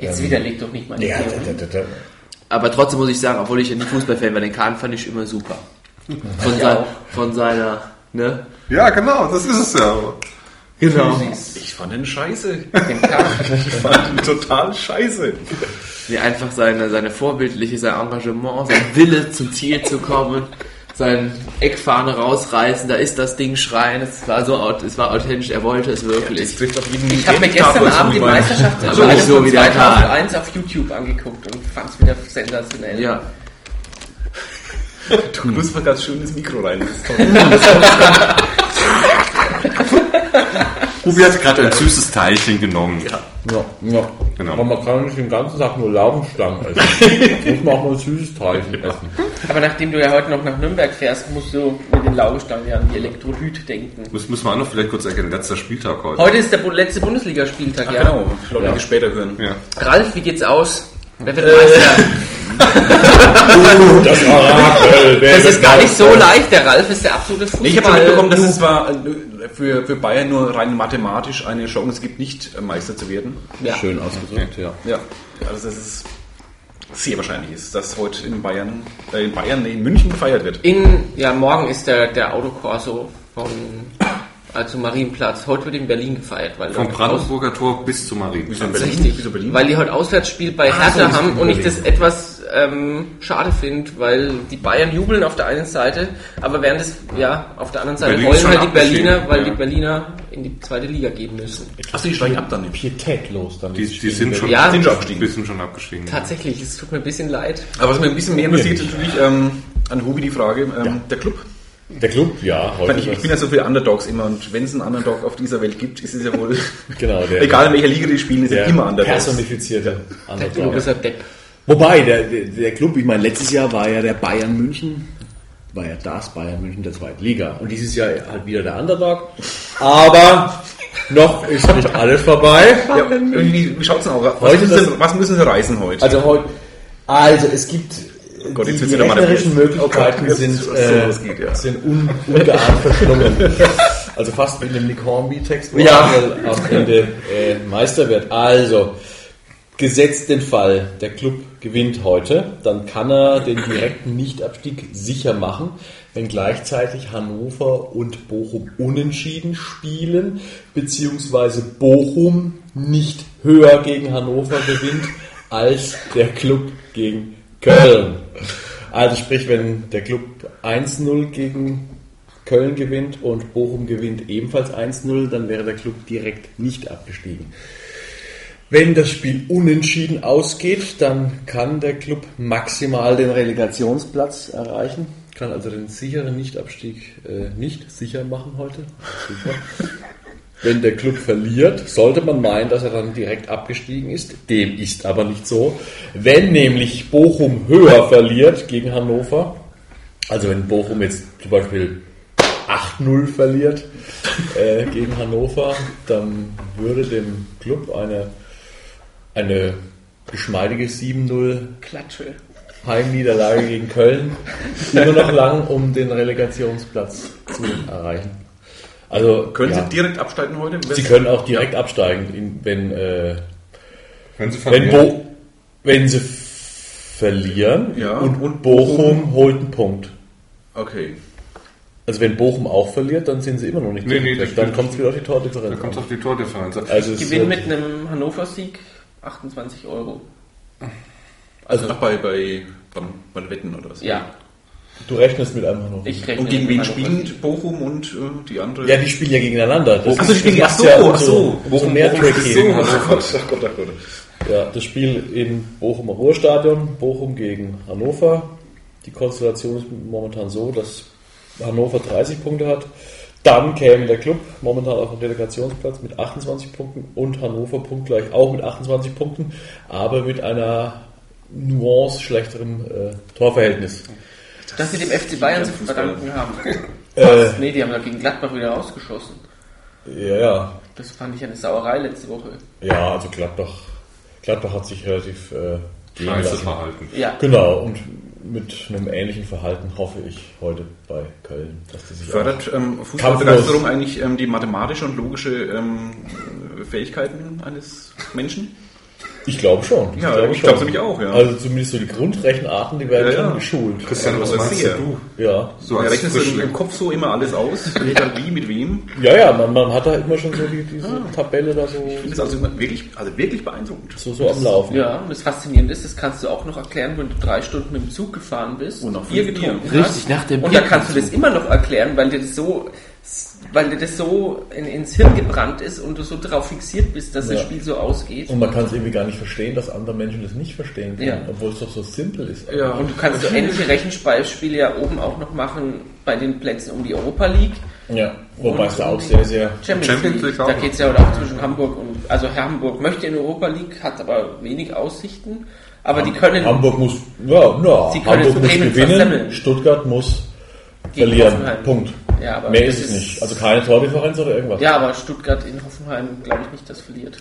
Speaker 2: Jetzt widerlegt doch nicht mal die
Speaker 5: Ähm, ja,
Speaker 2: Theorie.
Speaker 5: da, da, da, da.
Speaker 4: Aber trotzdem muss ich sagen, obwohl ich ja nicht Fußballfan war, den Kahn fand ich immer super. Von, sein, von seiner, ne?
Speaker 1: Ja, genau, das ist es ja.
Speaker 4: Genau.
Speaker 3: Ich fand den scheiße.
Speaker 2: Den Kahn.
Speaker 3: Ich fand ihn total scheiße.
Speaker 4: Wie einfach seine, seine vorbildliche, sein Engagement, sein Wille zum Ziel zu kommen, sein Eckfahne rausreißen, da ist das Ding schreien, es war so, aut- es war authentisch, er wollte es wirklich.
Speaker 3: trifft auf jeden
Speaker 2: Ich habe mir gestern Abend die Meisterschaft
Speaker 4: Aber nicht so
Speaker 2: von
Speaker 4: wie der
Speaker 2: 2001 auf YouTube angeguckt und fand es wieder sensationell.
Speaker 4: Ja,
Speaker 3: Du musst mal ganz schön ins Mikro rein. Das ist toll.
Speaker 1: Ubi hat gerade ein süßes Teilchen genommen.
Speaker 5: Ja, ja.
Speaker 1: Genau.
Speaker 5: Aber man kann nicht den ganzen Tag nur Laugenstangen essen. muss man auch mal ein süßes Teilchen essen.
Speaker 2: Aber nachdem du ja heute noch nach Nürnberg fährst, musst du mit den Laugenstangen ja an die Elektrolyt denken.
Speaker 1: Müssen, müssen wir auch noch vielleicht kurz erkennen, letzter Spieltag heute.
Speaker 2: Heute ist der bu- letzte Bundesligaspieltag, ja.
Speaker 3: Genau, Leute, die später hören.
Speaker 1: Ja.
Speaker 2: Ralf, wie geht's aus? Wer
Speaker 3: Äh.
Speaker 2: wird Meister?
Speaker 3: Uh,
Speaker 5: Das Orakel, wer
Speaker 2: Das ist
Speaker 5: wird
Speaker 2: gar nicht
Speaker 5: Meister?
Speaker 2: so leicht. Der Ralf ist der absolute Fußball.
Speaker 3: Nee, ich habe schon mitbekommen, dass es zwar äh, für, für Bayern nur rein mathematisch eine Chance gibt, nicht äh, Meister zu werden.
Speaker 2: ja.
Speaker 5: Schön ausgedrückt, ja.
Speaker 3: Ja, also dass es sehr wahrscheinlich ist, dass heute in Bayern, äh, in Bayern, nee, in München gefeiert wird.
Speaker 2: In, ja, morgen ist der, der Autokorso von, also Marienplatz. Heute wird in Berlin gefeiert, weil
Speaker 1: Vom
Speaker 2: Leute
Speaker 1: Brandenburger Tor bis zu Marien.
Speaker 2: aus- Richtig,
Speaker 3: Wieso Berlin?
Speaker 2: weil die heute Auswärtsspiel bei Hertha haben und ich das etwas ähm, schade finde, weil die Bayern jubeln auf der einen Seite, aber während es, ja, auf der anderen Seite
Speaker 1: Berlin ist
Speaker 2: wollen
Speaker 1: schon
Speaker 2: halt die
Speaker 1: abgestiegen,
Speaker 2: Berliner, weil
Speaker 1: ja.
Speaker 2: die Berliner in die zweite Liga gehen müssen.
Speaker 3: Achso, die steigen ab dann nicht.
Speaker 5: Pietätlos dann.
Speaker 1: Die, die sind schon,
Speaker 2: Ja.
Speaker 1: sind
Speaker 3: Sind
Speaker 1: schon
Speaker 3: schon
Speaker 1: abgestiegen.
Speaker 3: abgestiegen.
Speaker 1: Die sind schon abgestiegen.
Speaker 2: Tatsächlich, es tut mir ein bisschen leid.
Speaker 3: Aber was mir ein bisschen mehr interessiert, ist natürlich ähm, an Hubi die Frage, ähm, der Club.
Speaker 5: Der Club, ja,
Speaker 3: Ich,
Speaker 5: heute.
Speaker 3: meine, ich, ich bin ja so für Underdogs immer und wenn es einen Underdog auf dieser Welt gibt, ist es ja wohl,
Speaker 5: genau, der,
Speaker 3: egal in welcher Liga die spielen, ist
Speaker 5: der
Speaker 3: ja immer Underdogs.
Speaker 5: personifizierte
Speaker 2: Du
Speaker 5: Underdog.
Speaker 2: bist ein Depp.
Speaker 6: Wobei, der, der, der Club, ich meine, letztes Jahr war ja der Bayern München, war ja das Bayern München der zweiten Liga.
Speaker 5: Und dieses Jahr halt wieder der Underdog. Aber noch ist nicht alles vorbei.
Speaker 3: Ja, und wie wie schaut's denn auch? Was,
Speaker 5: Heute
Speaker 3: müssen,
Speaker 5: das-
Speaker 3: sie, was müssen sie reißen heute?
Speaker 5: Also heute, also es gibt äh,
Speaker 3: Gott,
Speaker 5: die,
Speaker 3: jetzt
Speaker 5: die
Speaker 3: wird's wieder mal der
Speaker 5: rechnerischen
Speaker 3: Bier.
Speaker 5: Möglichkeiten
Speaker 3: Oh Gott,
Speaker 5: sind,
Speaker 3: jetzt wird's so,
Speaker 5: äh,
Speaker 3: was geht, ja.
Speaker 5: sind un, ungeahnt verschlungen. Also fast wie in dem Nick Hornby-Text, wo
Speaker 2: Ja.
Speaker 5: Arsenal am Ende äh, Meister wird. Also, gesetzt den Fall, der Club gewinnt heute, dann kann er den direkten Nichtabstieg sicher machen, wenn gleichzeitig Hannover und Bochum unentschieden spielen, beziehungsweise Bochum nicht höher gegen Hannover gewinnt als der Club gegen Köln. Also sprich, wenn der Club 1-0 gegen Köln gewinnt und Bochum gewinnt ebenfalls 1-0, dann wäre der Club direkt nicht abgestiegen. Wenn das Spiel unentschieden ausgeht, dann kann der Club maximal den Relegationsplatz erreichen, kann also den sicheren Nichtabstieg äh, nicht sicher machen heute. Super. Wenn der Club verliert, sollte man meinen, dass er dann direkt abgestiegen ist. Dem ist aber nicht so. Wenn nämlich Bochum höher verliert gegen Hannover, also wenn Bochum jetzt zum Beispiel 8-0 verliert äh, gegen Hannover, dann würde dem Club eine, eine geschmeidige 7-0
Speaker 2: Klatsche.
Speaker 5: Heimniederlage gegen Köln immer noch lang, um den Relegationsplatz zu erreichen. Also
Speaker 3: Können
Speaker 5: ja.
Speaker 3: Sie direkt absteigen heute?
Speaker 5: Sie können auch direkt absteigen, in- wenn äh,
Speaker 1: Können Sie
Speaker 5: wenn,
Speaker 1: verlieren?
Speaker 5: Bo wenn sie verlieren
Speaker 3: Ja.
Speaker 5: und, und Bochum holt einen Punkt.
Speaker 3: Okay.
Speaker 5: Also wenn Bochum auch verliert, dann sind sie immer noch nicht
Speaker 1: Nee,
Speaker 5: direkt
Speaker 1: nee,
Speaker 5: weg.
Speaker 1: das
Speaker 5: Dann
Speaker 1: stimmt.
Speaker 5: kommt es wieder auf die
Speaker 1: Da
Speaker 5: Tordifferenz.
Speaker 1: kommt es
Speaker 5: an.
Speaker 1: auf die Tordifferenz. an.
Speaker 5: Also es
Speaker 2: Gewinn
Speaker 5: wird-
Speaker 2: mit einem Hannover-Sieg 28 Euro.
Speaker 3: Also ach, bei, bei beim, beim Wetten oder was?
Speaker 2: Ja, Also,
Speaker 5: du rechnest mit einem Hannover.
Speaker 2: ich rechne.
Speaker 3: Und gegen
Speaker 2: mit
Speaker 3: wen
Speaker 2: Hannover.
Speaker 3: spielt Bochum und äh, die andere?
Speaker 5: Ja, die spielen ja gegeneinander. Das
Speaker 3: Ach so, die spielen-
Speaker 5: das
Speaker 3: ach
Speaker 5: macht's
Speaker 3: so,
Speaker 5: ja
Speaker 3: ach so.
Speaker 5: umso- umso
Speaker 3: Bochum-
Speaker 5: mehr
Speaker 3: Bochum ist
Speaker 5: tricky.
Speaker 3: so.
Speaker 1: Ach Gott, ach Gott, ach Gott.
Speaker 5: Ja, das Spiel im Bochumer Ruhrstadion, Bochum gegen Hannover. Die Konstellation ist momentan so, dass Hannover 30 Punkte hat. Dann käme der Club momentan auf den Delegationsplatz mit 28 Punkten und Hannover punktgleich auch mit 28 Punkten, aber mit einer Nuance schlechterem äh, Torverhältnis.
Speaker 2: Dass sie dem FC Bayern zu
Speaker 3: Fußball.
Speaker 2: verdanken haben.
Speaker 5: Äh.
Speaker 2: nee, die haben doch gegen Gladbach wieder rausgeschossen.
Speaker 5: Ja, ja,
Speaker 2: Das fand ich eine Sauerei letzte Woche.
Speaker 5: ja, also Gladbach, Gladbach hat sich relativ äh, gehen
Speaker 1: Scheiße
Speaker 5: lassen.
Speaker 1: verhalten.
Speaker 2: Ja.
Speaker 5: Genau, und mit einem ähnlichen Verhalten hoffe ich heute bei Köln, dass die sich
Speaker 3: Fördert ähm,
Speaker 5: Kampflos.
Speaker 3: Fußballbegeisterung eigentlich ähm, die mathematische und logische ähm, Fähigkeiten eines Menschen?
Speaker 5: auch- Ich glaube schon.
Speaker 3: Ja, ich
Speaker 5: schon.
Speaker 3: glaub's nämlich auch, ja.
Speaker 5: Also zumindest so die Grundrechenarten, die werden
Speaker 3: Ja,
Speaker 5: schon
Speaker 3: ja.
Speaker 5: geschult.
Speaker 1: Christian, was
Speaker 3: Ja,
Speaker 1: meinst
Speaker 3: Also sehr.
Speaker 1: du?
Speaker 5: Ja.
Speaker 1: So
Speaker 3: Ja,
Speaker 1: als
Speaker 3: rechnest du im,
Speaker 1: Frischling.
Speaker 3: im Kopf so immer alles aus? Jeder wie, mit wem?
Speaker 5: Ja, ja, man, man hat da immer schon so die, diese Tabelle da so,
Speaker 3: Das ist also immer wirklich, also wirklich beeindruckend.
Speaker 5: so, so am Laufen.
Speaker 2: Ja, und das Faszinierende ist, das kannst du auch noch erklären, wenn du drei Stunden mit dem Zug gefahren bist
Speaker 3: Und noch
Speaker 2: Bier
Speaker 3: fünf
Speaker 2: getrunken
Speaker 4: Bier.
Speaker 2: hast.
Speaker 4: Richtig, nach dem
Speaker 2: Und
Speaker 4: Bier
Speaker 2: dann kannst du das immer noch erklären, weil dir das so, weil dir das so in, ins Hirn gebrannt ist und du so darauf fixiert bist, dass das
Speaker 5: Ja.
Speaker 2: Spiel so ausgeht.
Speaker 5: Und man kann es irgendwie gar nicht verstehen, dass andere Menschen das nicht verstehen können,
Speaker 2: Ja.
Speaker 5: obwohl es doch so simpel ist.
Speaker 3: Ja.
Speaker 2: Und du kannst so ähnliche Rechenbeispiele ja oben auch noch machen bei den Plätzen um die Europa League.
Speaker 5: Ja, wobei es da auch sehr, sehr...
Speaker 2: Champions,
Speaker 1: Champions
Speaker 2: League,
Speaker 1: League
Speaker 2: da
Speaker 1: auch.
Speaker 2: geht es ja auch zwischen Hamburg und, also Hamburg möchte in Europa League, hat aber wenig Aussichten, aber die können
Speaker 5: Hamburg muss, ja, na,
Speaker 2: Sie können es
Speaker 5: Hamburg muss
Speaker 2: Bremen
Speaker 5: gewinnen,
Speaker 2: versemmeln.
Speaker 5: Stuttgart muss
Speaker 2: gegen
Speaker 5: verlieren.
Speaker 2: Hoffenheim.
Speaker 5: Punkt.
Speaker 2: Ja, aber
Speaker 5: Mehr
Speaker 2: das
Speaker 5: ist es nicht. Also keine Tordifferenz oder irgendwas.
Speaker 2: Ja, aber Stuttgart in Hoffenheim glaube ich nicht, dass verliert.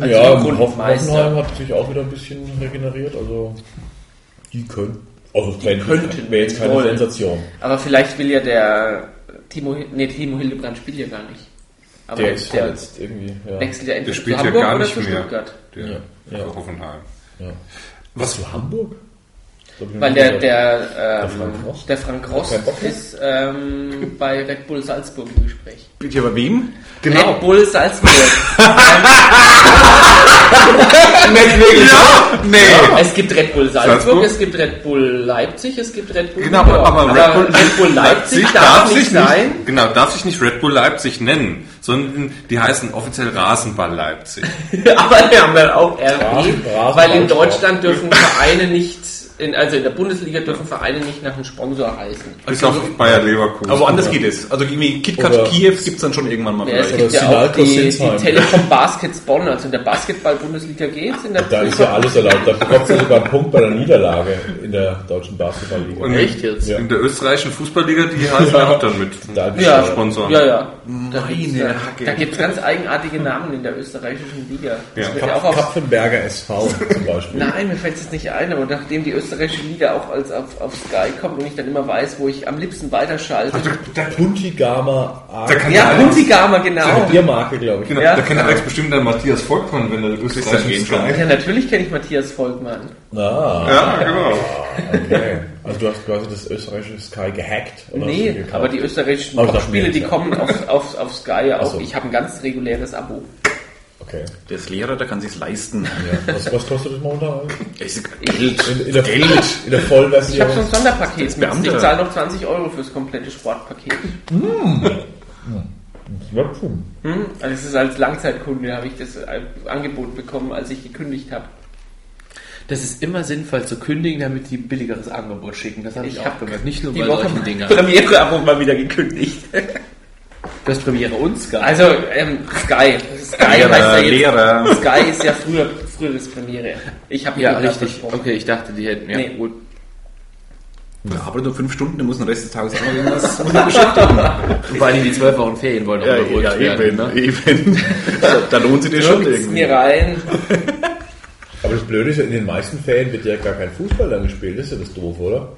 Speaker 2: also
Speaker 5: ja
Speaker 2: im Grunde Meister.
Speaker 5: Hoffenheim hat sich auch wieder ein bisschen regeneriert. Also die können. Also die
Speaker 2: könnten,
Speaker 5: wäre jetzt keine
Speaker 2: wollen.
Speaker 5: Sensation.
Speaker 2: Aber vielleicht will ja der Timo, Hi- nee, Timo Hildebrand spielt ja gar nicht. Aber
Speaker 5: Der ist
Speaker 2: der
Speaker 5: verletzt irgendwie. Ja.
Speaker 2: wechselt ja
Speaker 1: Der
Speaker 2: entweder
Speaker 1: spielt
Speaker 2: zu
Speaker 1: ja
Speaker 2: Hamburg
Speaker 1: gar
Speaker 2: oder
Speaker 1: nicht
Speaker 2: zu
Speaker 1: mehr.
Speaker 2: Stuttgart.
Speaker 1: Der
Speaker 5: Ja.
Speaker 1: der
Speaker 5: Ja.
Speaker 1: Hoffenheim.
Speaker 5: Ja.
Speaker 1: Was für
Speaker 5: Hamburg?
Speaker 2: Weil der, der, ähm,
Speaker 5: Frank Rost.
Speaker 2: der Frank Rost
Speaker 5: Frank Rost.
Speaker 2: ist ähm, bei Red Bull Salzburg im Gespräch.
Speaker 3: Bitte bei wem?
Speaker 1: Genau.
Speaker 2: Red Bull Salzburg.
Speaker 1: Ja, nee.
Speaker 2: es gibt Red Bull Salzburg,
Speaker 1: Salzburg?
Speaker 2: es gibt Red Bull Leipzig, es gibt Red Bull
Speaker 1: Genau,
Speaker 2: New York.
Speaker 1: aber, aber Red Bull,
Speaker 2: Red Bull Leipzig darf, nicht sein.
Speaker 1: Genau, darf sich nicht Red Bull Leipzig nennen, sondern die heißen offiziell Rasenball Leipzig.
Speaker 2: Aber wir haben dann auch RB,
Speaker 5: Rasen- Rasen-
Speaker 2: weil in
Speaker 5: Rasen-
Speaker 2: Deutschland dürfen Vereine nicht, in, also in der Bundesliga dürfen Vereine nicht nach einem Sponsor heißen.
Speaker 1: Bis auf Bayer Leverkusen.
Speaker 3: Aber woanders geht es. Also irgendwie
Speaker 5: Oder-
Speaker 3: KitKat Kiew gibt es dann schon irgendwann mal
Speaker 2: Ja, es
Speaker 5: Oder
Speaker 2: gibt ja auch
Speaker 5: Sinalco
Speaker 2: die, die
Speaker 5: Sinsheim.
Speaker 2: Telekom Baskets Bonn, also in der Basketball-Bundesliga geht's, in der
Speaker 5: Da ist ja alles erlaubt. Da bekommst du sogar einen Punkt bei der Niederlage in der deutschen Basketballliga.
Speaker 1: Und
Speaker 4: Echt jetzt?
Speaker 1: In der österreichischen Fußballliga, die heißen auch dann mit.
Speaker 5: Da bist
Speaker 2: ja,
Speaker 5: du schon.
Speaker 1: Sponsoren.
Speaker 2: Ja, ja. Da
Speaker 3: Meine
Speaker 2: gibt's ja-
Speaker 3: Hacke.
Speaker 2: da gibt's ganz eigenartige Namen in der österreichischen Liga. Das
Speaker 1: Ja.
Speaker 2: wird ja auch
Speaker 5: Kap-
Speaker 2: auf,
Speaker 5: Kapfenberger SV zum Beispiel.
Speaker 2: Nein, mir fällt es jetzt nicht ein, aber nachdem die österreichische Liga auch als auf, auf Sky kommt und ich dann immer weiß, wo ich am liebsten weiterschalte.
Speaker 5: Puntigama
Speaker 1: Da kann
Speaker 2: Ja,
Speaker 1: der Alex,
Speaker 2: Huntigama, genau.
Speaker 5: Biermarke, glaube ich.
Speaker 1: genau,
Speaker 2: Ja.
Speaker 1: da kann der Alex bestimmt dann Matthias Volkmann, wenn er österreichischen Sky.
Speaker 2: Ja, natürlich kenne ich Matthias Volkmann.
Speaker 5: Ah.
Speaker 1: Ja, genau.
Speaker 5: Okay. Also du hast quasi das österreichische Sky gehackt? Oder hast du
Speaker 2: nee,
Speaker 5: Genau, gekauft?
Speaker 2: aber die österreichischen
Speaker 5: Aber ich dachte mir
Speaker 2: Spiele,
Speaker 5: jetzt,
Speaker 2: die
Speaker 5: ja.
Speaker 2: kommen auf, auf, auf Sky ja auch.
Speaker 5: so.
Speaker 2: Ich habe ein ganz reguläres Abo.
Speaker 5: Okay.
Speaker 3: Der ist Lehrer, der kann sich's leisten.
Speaker 5: Ja. Was, was kostet das momentan?
Speaker 3: Ist Geld.
Speaker 5: In, in, der, in der Vollversion.
Speaker 2: Ich habe so ein Sonderpaket mit.
Speaker 3: Beamter.
Speaker 2: Ich zahle noch 20 Euro fürs komplette Sportpaket.
Speaker 5: Ja, hm.
Speaker 2: Hm? Also es ist als Langzeitkunde, habe ich das äh, Angebot bekommen, als ich gekündigt habe.
Speaker 4: Das ist immer sinnvoll zu kündigen, damit die ein billigeres Angebot schicken. Das habe ich,
Speaker 2: Ich
Speaker 4: auch
Speaker 2: hab
Speaker 4: gemerkt. Nicht nur
Speaker 2: Die
Speaker 4: bei
Speaker 2: Woche
Speaker 4: solchen Dingern.
Speaker 2: Premiere-Abo mal wieder gekündigt.
Speaker 4: Das Premiere uns gar.
Speaker 2: Also, ähm, Sky. Sky heißt
Speaker 3: Lehrer,
Speaker 2: ja jetzt
Speaker 3: Lehrer.
Speaker 2: Sky ist ja früher, früheres Premiere. Ich habe
Speaker 4: ja, richtig. Okay, ich dachte, die hätten. Ja,
Speaker 2: Nee.
Speaker 4: gut.
Speaker 3: Ja, aber nur fünf Stunden, der muss den Rest des Tages auch noch irgendwas muss
Speaker 4: Vor allem die zwölf Wochen Ferien wollen auch überbrückt werden. Ne?
Speaker 3: eben. Also, da lohnt sich dir schon
Speaker 2: Schützt
Speaker 3: irgendwie.
Speaker 2: mir rein.
Speaker 5: Aber das blöd ist, ja, in den meisten Ferien wird ja gar kein Fußball dann gespielt. Das ist ja das doof, oder?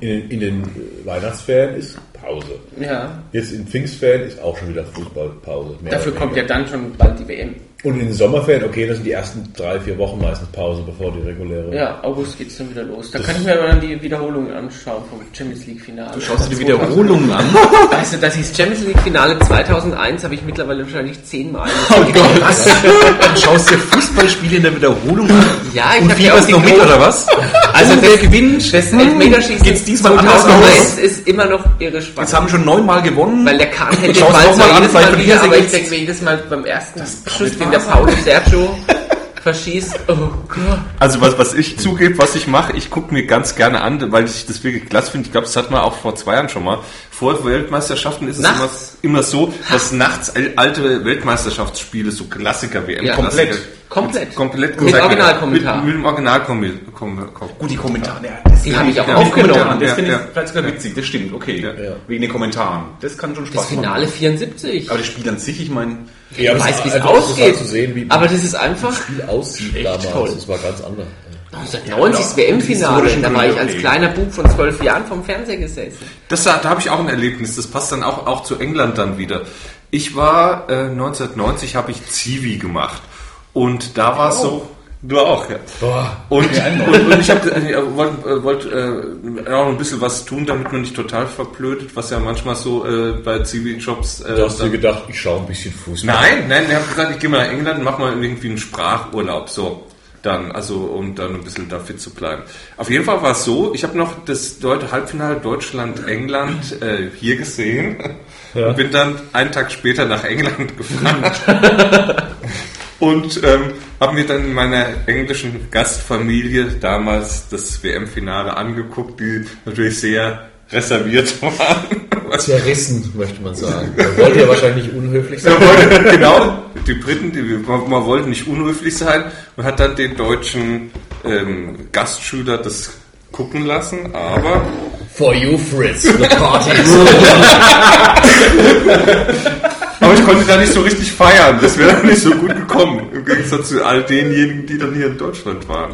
Speaker 5: In, den- in den äh, Weihnachtsferien ist Pause.
Speaker 2: Ja,
Speaker 5: Jetzt in Pfingstferien ist auch schon wieder Fußballpause. mehr
Speaker 2: dafür
Speaker 5: oder
Speaker 2: kommt ja
Speaker 5: weniger.
Speaker 2: dann schon bald die WM.
Speaker 5: Und in den Sommerferien, okay, das sind die ersten drei, vier Wochen meistens Pause, bevor die reguläre.
Speaker 2: Ja, August geht's dann wieder los. Da kann ich mir aber dann die Wiederholungen anschauen vom Champions League Finale. Du
Speaker 3: Schaust du die Wiederholungen an?
Speaker 2: Weißt du, dass ich Also, das Champions League Finale 2001 habe ich mittlerweile wahrscheinlich zehnmal.
Speaker 3: Oh Gott. Dann schaust dir Fußballspiele in der Wiederholung an.
Speaker 2: Ja, ich
Speaker 3: Und
Speaker 2: hab ja
Speaker 3: fieberst
Speaker 2: auch
Speaker 3: noch
Speaker 2: die
Speaker 3: mit,
Speaker 2: Gro-
Speaker 3: oder was?
Speaker 2: Also
Speaker 3: Und
Speaker 2: das-
Speaker 3: wer gewinnt?
Speaker 2: Das Elfmeterschießen
Speaker 3: Geht's diesmal anders
Speaker 2: 2001
Speaker 3: aus?
Speaker 2: ist immer noch irre spannend.
Speaker 3: Jetzt haben schon neunmal gewonnen.
Speaker 2: Weil der Kahn hält
Speaker 3: Ich
Speaker 2: den
Speaker 3: schau's
Speaker 2: Ball
Speaker 3: noch mal
Speaker 2: zwar
Speaker 3: an,
Speaker 2: jedes Mal
Speaker 3: vielleicht
Speaker 2: wieder,
Speaker 3: verliert er
Speaker 2: aber ich
Speaker 3: jetzt.
Speaker 2: denke mir jedes Mal beim ersten Schuss, den der Paolo Sergio verschießt, oh Gott.
Speaker 1: Also was, was ich zugebe, was ich mache, ich gucke mir ganz gerne an, weil ich das wirklich klasse finde. Ich glaube, das hat man auch vor zwei Jahren schon mal. Vor Weltmeisterschaften ist
Speaker 2: Nachts.
Speaker 1: es immer, immer so, dass nachts al- alte Weltmeisterschaftsspiele, so Klassiker, WM
Speaker 2: Ja.
Speaker 1: Klassiker,
Speaker 2: Komplett.
Speaker 1: komplett
Speaker 2: Mit
Speaker 1: gezeigt werden.
Speaker 2: Originalkommentar.
Speaker 1: Mit, mit dem Originalkommentar.
Speaker 3: Gut, die Kommentare. Ja, das
Speaker 2: Die habe ich auch
Speaker 1: Ja,
Speaker 2: aufgenommen.
Speaker 1: ja,
Speaker 3: Das finde ich
Speaker 1: ja.
Speaker 3: vielleicht sogar witzig, das stimmt, okay. Wegen den Kommentaren. Das kann schon
Speaker 2: Das
Speaker 3: Spaß machen.
Speaker 2: Finale 74.
Speaker 3: Aber das Spiel an sich, ich meine,
Speaker 5: Ja,
Speaker 2: Ich
Speaker 5: das
Speaker 2: weiß,
Speaker 5: ist
Speaker 2: wie es
Speaker 5: einfach interessant
Speaker 2: ausgeht.
Speaker 5: Zu sehen, wie
Speaker 2: Aber das ist einfach
Speaker 5: viel aussieht
Speaker 3: echt
Speaker 5: damals.
Speaker 3: toll.
Speaker 5: Das war ganz anders.
Speaker 2: 1990
Speaker 3: Ja,
Speaker 2: WM-Finale.
Speaker 3: historischen
Speaker 2: Da war ich
Speaker 3: Gründe,
Speaker 2: als
Speaker 3: okay.
Speaker 2: kleiner Bub von zwölf Jahren vom Fernseher gesessen.
Speaker 1: Das, da da habe ich auch ein Erlebnis, das passt dann auch, auch zu England dann wieder. Ich war äh, 1990, habe ich Zivi gemacht. Und da
Speaker 2: Oh.
Speaker 1: war es so... Du auch, ja. Und, und, und ich hab, äh, wollt, äh, wollt äh, auch ein bisschen was tun, damit man nicht total verblödet, was ja manchmal so äh, bei Zivi-Jobs... Äh,
Speaker 5: Da hast du dir
Speaker 1: dann-
Speaker 5: gedacht, ich schaue ein bisschen Fußball.
Speaker 1: nein, nein, ich habe gesagt, ich gehe mal nach England und mache mal irgendwie einen Sprachurlaub, so. Dann, also um dann ein bisschen da fit zu bleiben. Auf jeden Fall war es so, ich habe noch das Deut Halbfinale Deutschland-England äh, hier gesehen und bin dann einen Tag später nach England gefahren und ähm, habe mir dann in meiner englischen Gastfamilie damals das WM-Finale angeguckt, die natürlich sehr reserviert waren, was
Speaker 5: Zerrissen, möchte man sagen. Da wollte ja wahrscheinlich nicht unhöflich sein.
Speaker 1: wir wollten, genau, die Briten, die, man, man wollte nicht unhöflich sein und hat dann den deutschen ähm, Gastschüler das gucken lassen, aber
Speaker 5: For you, Fritz, the party is
Speaker 1: Aber ich konnte da nicht so richtig feiern. Das wäre dann nicht so gut gekommen. Im Gegensatz zu all denjenigen, die dann hier in Deutschland waren.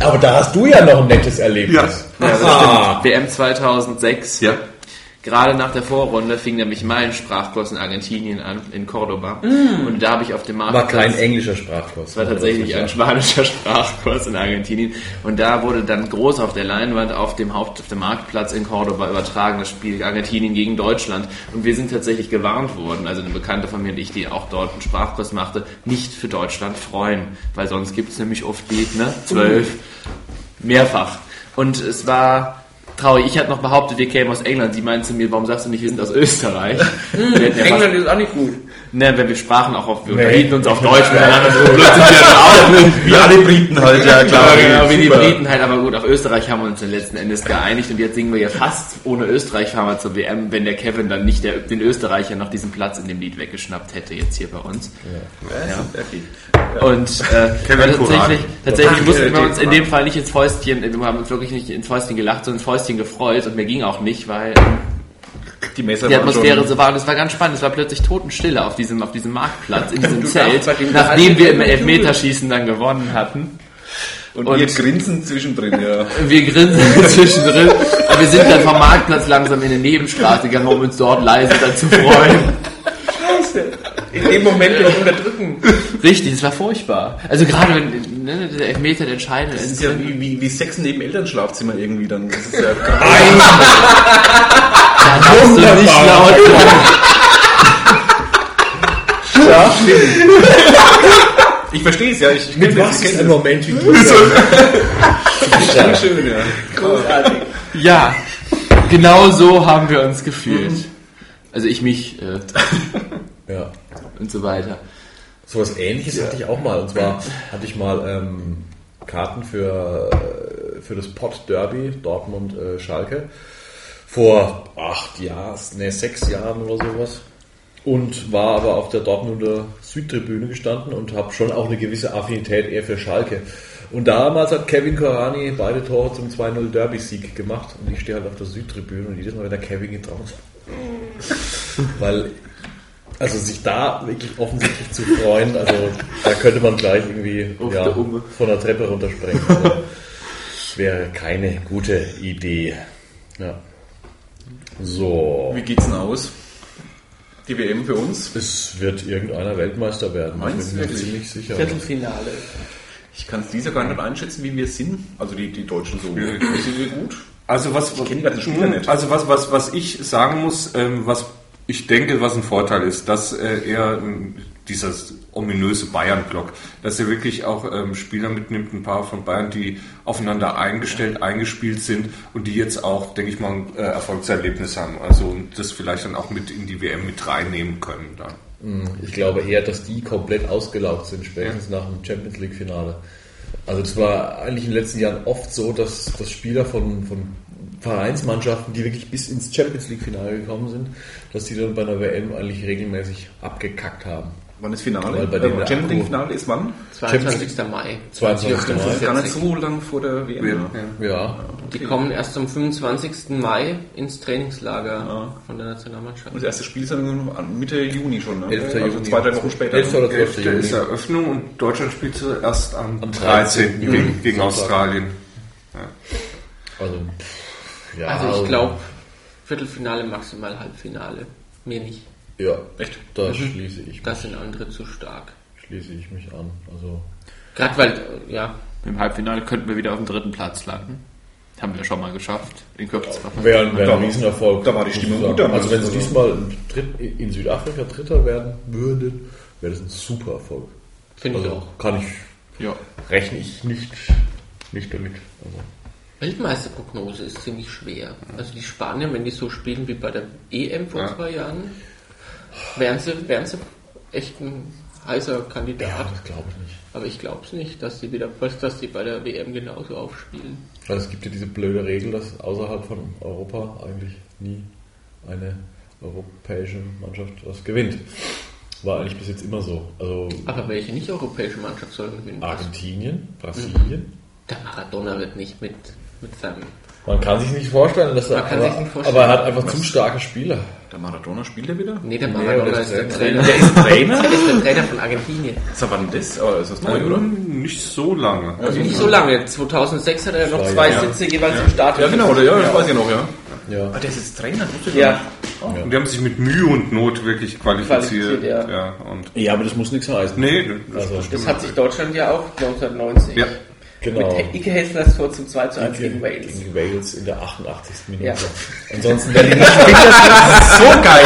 Speaker 5: Aber da hast du ja noch ein nettes Erlebnis.
Speaker 1: Ja.
Speaker 5: ah,
Speaker 4: WM 2006.
Speaker 1: Ja.
Speaker 4: Gerade nach der Vorrunde fing nämlich mein Sprachkurs in Argentinien an, in Cordoba. Und da habe ich auf dem Markt.
Speaker 5: war kein englischer Sprachkurs.
Speaker 4: Es war tatsächlich ein spanischer Sprachkurs in Argentinien. Und da wurde dann groß auf der Leinwand auf dem Haupt, auf dem Marktplatz in Cordoba übertragen, das Spiel Argentinien gegen Deutschland. Und wir sind tatsächlich gewarnt worden, also eine Bekannte von mir und ich, die auch dort einen Sprachkurs machte, nicht für Deutschland freuen. Weil sonst gibt es nämlich oft die, ne, zwölf, mehrfach. Und es war traurig. Ich hatte noch behauptet, wir kämen aus England. Sie meinte zu mir, warum sagst du nicht, wir sind aus Österreich? Wir hätten ja fast
Speaker 2: England ist auch nicht gut.
Speaker 4: Ne, wenn wir sprachen auch auf, wir
Speaker 5: Nee.
Speaker 4: unterhielten uns auf Deutsch miteinander so plötzlich wieder auf.
Speaker 3: wie alle Briten halt, ja klar.
Speaker 4: Klar, genau, wie die
Speaker 3: Super.
Speaker 4: Briten halt, aber gut, auf Österreich haben wir uns dann letzten Endes geeinigt und jetzt singen wir ja fast ohne Österreich fahren wir zur WM, wenn der Kevin dann nicht der, den Österreicher noch diesen Platz in dem Lied weggeschnappt hätte, jetzt hier bei uns. Und äh,
Speaker 1: Kevin
Speaker 4: aber tatsächlich,
Speaker 1: Kuran.
Speaker 4: tatsächlich mussten wir
Speaker 1: Kevin
Speaker 4: uns in
Speaker 1: Kuran.
Speaker 4: dem Fall nicht ins Fäustchen, äh, wir haben uns wirklich nicht ins Fäustchen gelacht, sondern ins Fäustchen gefreut und mir ging auch nicht, weil
Speaker 3: Die Messer
Speaker 4: die
Speaker 3: waren
Speaker 4: Atmosphäre
Speaker 3: schon-
Speaker 4: so war und es war ganz spannend. Es war plötzlich Totenstille auf diesem, auf diesem Marktplatz, in diesem Zelt,
Speaker 2: darfst bei dem
Speaker 4: nachdem wir im
Speaker 2: Verein-
Speaker 4: Elfmeterschießen dann gewonnen hatten.
Speaker 3: Und,
Speaker 4: Und-
Speaker 3: ihr Grinsen zwischendrin, ja.
Speaker 4: Wir grinsen zwischendrin. Aber wir sind dann vom Marktplatz langsam in eine Nebenstraße gegangen, um uns dort leise dann zu freuen.
Speaker 2: In dem Moment will ich unterdrücken.
Speaker 4: Richtig, es war furchtbar. Also gerade wenn ne, der Elfmeter der entscheidende
Speaker 3: Das ist
Speaker 4: ist.
Speaker 3: ja wie, wie, wie Sex neben Elternschlafzimmer irgendwie dann. Das ist ja
Speaker 4: Da darfst du nicht laut sein.
Speaker 3: ich verstehe es ja. Ich, ich
Speaker 5: Mit
Speaker 3: kenn das,
Speaker 5: was
Speaker 3: ich kenn
Speaker 5: ist ein
Speaker 3: das.
Speaker 5: Moment wie du?
Speaker 3: Ganz schön, ja.
Speaker 4: Ja, genau so haben wir uns gefühlt. Also ich mich äh,
Speaker 5: Ja.
Speaker 4: und so weiter.
Speaker 5: So was ähnliches hatte ich auch mal. Und zwar hatte ich mal ähm, Karten für, äh, für das Pott Derby, Dortmund äh, Schalke, vor acht Jahren, ne, sechs Jahren oder sowas. Und war aber auf der Dortmunder Südtribüne gestanden und habe schon auch eine gewisse Affinität eher für Schalke. Und damals hat Kevin Korani beide Tore zum 2-0 Derby-Sieg gemacht. Und ich stehe halt auf der Südtribüne und jedes Mal, wenn der Kevin geht drauf. Weil Also sich da wirklich offensichtlich zu freuen, also da könnte man gleich irgendwie
Speaker 4: Auf
Speaker 5: ja,
Speaker 4: der Umme.
Speaker 5: von der Treppe runterspringen. Also, wäre keine gute Idee. Ja. So.
Speaker 3: Wie geht's denn aus? Die WM für uns?
Speaker 5: Es wird irgendeiner Weltmeister werden.
Speaker 3: Meinst du
Speaker 5: ich bin mir
Speaker 3: wirklich?
Speaker 5: ziemlich sicher.
Speaker 2: Viertelfinale.
Speaker 3: Ich kann es dieser gar nicht einschätzen, wie wir sind. Also die, die Deutschen so. Sind wir gut?
Speaker 1: Also was,
Speaker 3: kenn die ganzen Spieler
Speaker 1: Hm,
Speaker 3: nicht.
Speaker 1: Also was, was, was ich sagen muss, ähm, was ich denke, was ein Vorteil ist, dass äh, er ähm, dieser ominöse Bayern-Block, dass er wirklich auch ähm, Spieler mitnimmt, ein paar von Bayern, die aufeinander eingestellt, eingespielt sind und die jetzt auch, denke ich mal, ein äh, Erfolgserlebnis haben. Also und das vielleicht dann auch mit in die WM mit reinnehmen können. Dann.
Speaker 5: Hm, Ich glaube eher, dass die komplett ausgelaugt sind, spätestens nach dem Champions League-Finale. Also es war eigentlich in den letzten Jahren oft so, dass, dass Spieler von, von Vereinsmannschaften, die wirklich bis ins Champions League-Finale gekommen sind, dass die dann bei einer WM eigentlich regelmäßig abgekackt haben.
Speaker 3: Wann ist Finale? Äh,
Speaker 5: Weil bei denen der
Speaker 3: Champions
Speaker 5: Akku-
Speaker 3: League Finale ist wann?
Speaker 2: 22. Mai.
Speaker 5: 22.
Speaker 3: Das ist
Speaker 5: Mai.
Speaker 3: gar nicht so lang vor der WM.
Speaker 1: Ja.
Speaker 3: ne?
Speaker 5: Ja,
Speaker 2: Die kommen erst am 25. Mai ins Trainingslager
Speaker 3: Ah.
Speaker 2: von der Nationalmannschaft.
Speaker 3: Und das erste Spiel ist dann noch an- Mitte Juni schon, ne?
Speaker 5: 11.
Speaker 3: also
Speaker 5: Juni.
Speaker 3: zwei, drei Wochen später.
Speaker 5: 11. oder 12.
Speaker 1: Da ist
Speaker 5: Juni.
Speaker 1: Eröffnung und Deutschland spielt zuerst am,
Speaker 5: Am
Speaker 1: 13.
Speaker 5: 13. Juni.
Speaker 1: gegen, gegen
Speaker 5: Sonntag.
Speaker 1: Australien.
Speaker 5: Also, pff, ja,
Speaker 2: Also ich glaube, Viertelfinale, maximal Halbfinale. Mir nicht.
Speaker 5: Ja,
Speaker 3: Echt? Mhm.
Speaker 5: da schließe, ich,
Speaker 2: Das sind andere zu stark.
Speaker 5: schließe ich mich an. Also
Speaker 2: Gerade weil, äh, ja,
Speaker 4: Im Halbfinale könnten wir wieder auf dem dritten Platz landen. Haben wir schon mal geschafft. In kürzester
Speaker 5: Wäre wär
Speaker 3: Da-
Speaker 5: ein Riesenerfolg.
Speaker 3: da war die Stimmung
Speaker 5: muss ich
Speaker 3: gut
Speaker 5: sagen.
Speaker 3: damals.
Speaker 5: Also wenn sie
Speaker 3: Also-
Speaker 5: diesmal in, Dritt, in Südafrika Dritter werden würden, wäre das ein super Erfolg.
Speaker 2: finde ich
Speaker 5: Also
Speaker 2: auch.
Speaker 5: kann ich,
Speaker 4: Ja.
Speaker 5: rechne ich nicht, nicht damit. Also,
Speaker 2: Weltmeisterprognose ist ziemlich schwer. Also die Spanier, wenn die so spielen wie bei der EM vor
Speaker 1: Ja.
Speaker 2: zwei Jahren, wären sie, wären sie echt ein heißer Kandidat.
Speaker 5: ja, das glaube ich nicht.
Speaker 2: Aber ich glaube es nicht, dass die wieder dass die bei der WM genauso aufspielen.
Speaker 5: Weil es gibt ja diese blöde Regel, dass außerhalb von Europa eigentlich nie eine europäische Mannschaft was gewinnt. War eigentlich bis jetzt immer so. Also
Speaker 2: Aber welche nicht europäische Mannschaft soll gewinnen?
Speaker 5: Argentinien, Brasilien,
Speaker 2: Der Maradona wird nicht mit, mit seinem.
Speaker 5: Man kann sich nicht vorstellen, dass er,
Speaker 2: Man kann
Speaker 5: aber,
Speaker 2: sich nicht vorstellen.
Speaker 5: aber er hat einfach zu starke Spieler.
Speaker 3: Der Maradona spielt er wieder?
Speaker 2: Nee, der
Speaker 5: Nee,
Speaker 2: Maradona
Speaker 5: der
Speaker 2: ist der
Speaker 5: ist
Speaker 2: Trainer.
Speaker 3: Der ist Trainer?
Speaker 2: Der ist der Trainer von Argentinien.
Speaker 3: Seit wann das? Aber ist das neu, oder?
Speaker 1: Hm, Nicht so lange.
Speaker 2: Also nicht so lange. 2006 hat er noch zwei
Speaker 5: Jahre.
Speaker 2: Sitze jeweils im Start.
Speaker 3: Ja, genau, oder? Ja, das weiß ich noch, ja.
Speaker 5: Ja.
Speaker 3: Ah, der ist jetzt Trainer? das wusste ich
Speaker 2: Ja,
Speaker 1: Und die haben sich mit Mühe und Not wirklich qualifiziert.
Speaker 2: Qualifiziert,
Speaker 1: ja. und
Speaker 6: Ja, aber das muss nichts heißen.
Speaker 1: nee, das
Speaker 5: Also,
Speaker 2: das hat sich Deutschland ja auch 1990
Speaker 1: Ja.
Speaker 5: genau.
Speaker 2: mit Ike Häslers Tor zum 2 zu 1
Speaker 5: Gegen
Speaker 2: gegen Wales.
Speaker 5: gegen Wales in der 88. Minute.
Speaker 2: Ja.
Speaker 5: Ansonsten, wären
Speaker 3: so geil!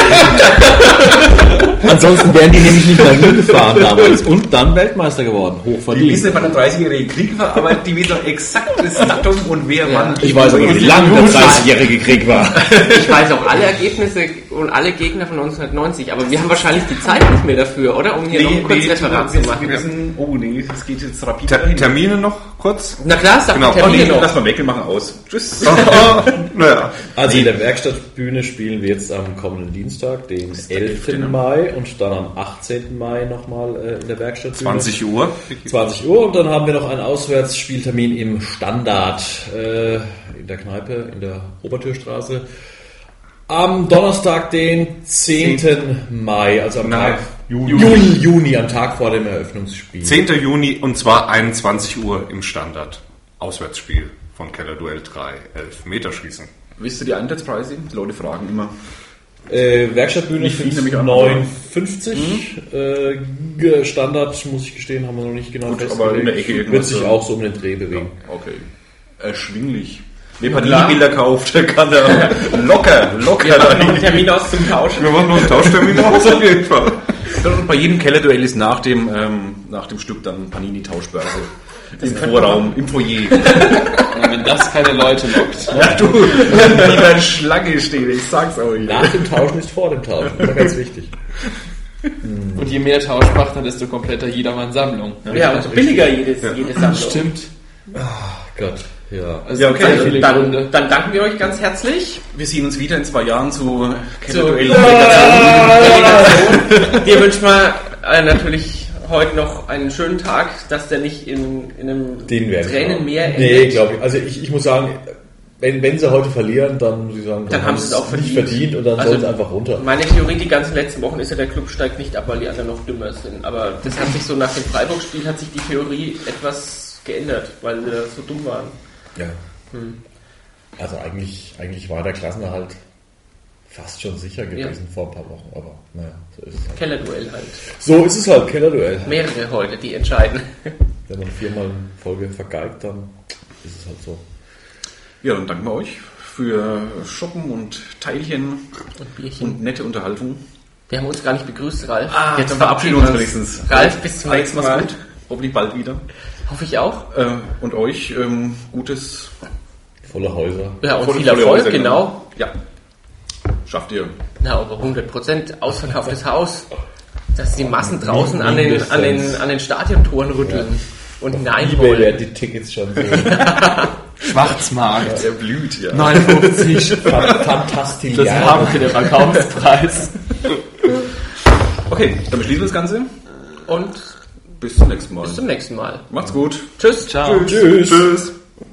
Speaker 6: Ja. Ansonsten wären die nämlich nicht mal hingefahren damals und dann Weltmeister geworden.
Speaker 3: Die wissen
Speaker 6: Hochverdient.
Speaker 3: nicht, wann der 30-jährige Krieg war, aber die wissen exakt das Datum und wer wann.
Speaker 6: Ich weiß aber, wie lang der 30-jährige Krieg war.
Speaker 2: Ich weiß auch alle Ergebnisse und alle Gegner von 1990, aber wir haben wahrscheinlich die Zeit nicht mehr dafür, oder? Um hier noch ein kurzes Referat zu
Speaker 3: wir- wir
Speaker 2: machen.
Speaker 3: wissen, oh nee, es geht jetzt rapide
Speaker 1: Ter Termine noch kurz?
Speaker 2: Na klar, sag
Speaker 1: Genau.
Speaker 2: genau.
Speaker 3: Oh nee,
Speaker 2: Termine
Speaker 3: lass
Speaker 2: noch.
Speaker 3: mal weg, wir machen aus. Tschüss.
Speaker 1: naja.
Speaker 5: Also in der Werkstattbühne spielen wir jetzt am kommenden Dienstag, den
Speaker 6: genau?
Speaker 5: 11. Mai und dann am 18. Mai nochmal äh, in der Werkstattbühne.
Speaker 1: 20 Uhr.
Speaker 5: 20 Uhr und dann haben wir noch einen Auswärtsspieltermin im Standard äh, in der Kneipe in der Obertürstraße. Am Donnerstag, den 10. Mai, also am
Speaker 1: Nein,
Speaker 5: Tag Juni. Juni, am Tag vor dem Eröffnungsspiel.
Speaker 1: 10. Juni und zwar 21 Uhr im Standard. Auswärtsspiel von Keller Duell 3. Elfmeterschießen.
Speaker 3: Wisst ihr die Eintrittspreise? Die Leute fragen immer.
Speaker 5: Äh, Werkstattbühne
Speaker 3: Wie viel
Speaker 5: sind
Speaker 3: nämlich auch Mhm.
Speaker 5: 9,50. Äh, ge- Standard, muss ich gestehen, haben wir noch nicht genau
Speaker 3: Gut, aber in der Ecke
Speaker 5: Wird
Speaker 3: irgendwas
Speaker 5: sich
Speaker 3: so.
Speaker 5: auch so um den Dreh bewegen.
Speaker 3: Okay. Erschwinglich. Wer Panini-Bilder kauft, der kann da locker, locker
Speaker 2: Einen
Speaker 3: dahin.
Speaker 2: Termin aus zum Tauschen.
Speaker 1: Wir machen noch einen Tauschtermin aus auf jeden Fall.
Speaker 3: Und bei jedem Kellerduell ist nach dem, ähm, nach dem Stück dann Panini-Tauschbörse. Im Vorraum, im Foyer.
Speaker 4: Wenn das keine Leute lockt.
Speaker 3: Ja, du, wie bei Schlange steht, ich sag's euch.
Speaker 5: Nach dem Tauschen ist vor dem Tauschen, das ist ganz wichtig.
Speaker 4: Und je mehr Tauschpartner, desto kompletter jedermann Sammlung.
Speaker 2: Ja, und billiger jedes, jedes Sammlung.
Speaker 4: Stimmt.
Speaker 5: Gott, ja.
Speaker 4: Also ja, okay. Viele
Speaker 2: Dann,
Speaker 4: Gründe.
Speaker 2: dann danken wir euch ganz herzlich.
Speaker 3: Wir sehen uns wieder in zwei Jahren zu
Speaker 2: Kellerduell. Dir wünscht man äh, natürlich heute noch einen schönen Tag, dass der nicht in, in einem
Speaker 5: Den werden genau. wir haben.
Speaker 2: Tränenmeer
Speaker 5: Nee, glaube ich. Also ich, ich muss sagen, wenn, wenn sie heute verlieren, dann muss ich sagen,
Speaker 2: Dann haben sie es auch
Speaker 5: nicht
Speaker 2: verdient.
Speaker 5: verdient und dann
Speaker 2: Also-
Speaker 5: sollen sie einfach runter.
Speaker 2: Meine Theorie die ganzen letzten Wochen ist ja, der Club steigt nicht ab, weil die anderen noch dümmer sind. Aber das hat sich so nach dem Freiburg-Spiel hat sich die Theorie etwas geändert, weil sie so dumm waren.
Speaker 5: Ja.
Speaker 2: Hm.
Speaker 5: Also eigentlich, eigentlich war der Klassenerhalt fast schon sicher gewesen vor ein paar Wochen, aber naja, so ist es halt.
Speaker 2: Kellerduell halt.
Speaker 5: So ist es halt, Kellerduell.
Speaker 2: Mehrere heute, die entscheiden.
Speaker 5: Wenn man viermal in Folge vergeigt, dann ist es halt so.
Speaker 3: Ja, dann danken wir euch für Shoppen und Teilchen
Speaker 2: Und Bierchen.
Speaker 3: und nette Unterhaltung.
Speaker 2: Wir haben uns gar nicht begrüßt, Ralf.
Speaker 3: Ah, dann verabschieden wir uns wenigstens.
Speaker 2: Ralf, bis zum
Speaker 3: Alex,
Speaker 2: nächsten
Speaker 3: mach's
Speaker 2: Mal.
Speaker 3: gut. Hoffentlich bald wieder.
Speaker 2: Hoffe ich auch.
Speaker 3: Äh, und euch ähm, gutes
Speaker 5: Volle Häuser.
Speaker 2: Ja, und
Speaker 3: volle-
Speaker 2: viel
Speaker 3: volle
Speaker 2: Erfolg,
Speaker 3: Häuser,
Speaker 2: genau.
Speaker 3: Ja. Schafft ihr.
Speaker 2: Na, aber 100 Prozent ausverkauftes Haus. Dass die Massen draußen an den, an den, an den Stadiontoren rütteln. Und nein
Speaker 5: eBay werden
Speaker 2: wollen.
Speaker 5: die Tickets schon so
Speaker 4: Schwarzmarkt.
Speaker 3: Der blüht, ja.
Speaker 4: 59.
Speaker 5: fan- fantastisch.
Speaker 4: Das haben wir den Verkaufspreis.
Speaker 3: Okay, dann beschließen wir das Ganze.
Speaker 2: Und
Speaker 3: Bis zum nächsten Mal.
Speaker 2: bis zum nächsten Mal.
Speaker 3: Macht's gut.
Speaker 2: Tschüss.
Speaker 4: Ciao.
Speaker 3: Tschüss. Tschüss.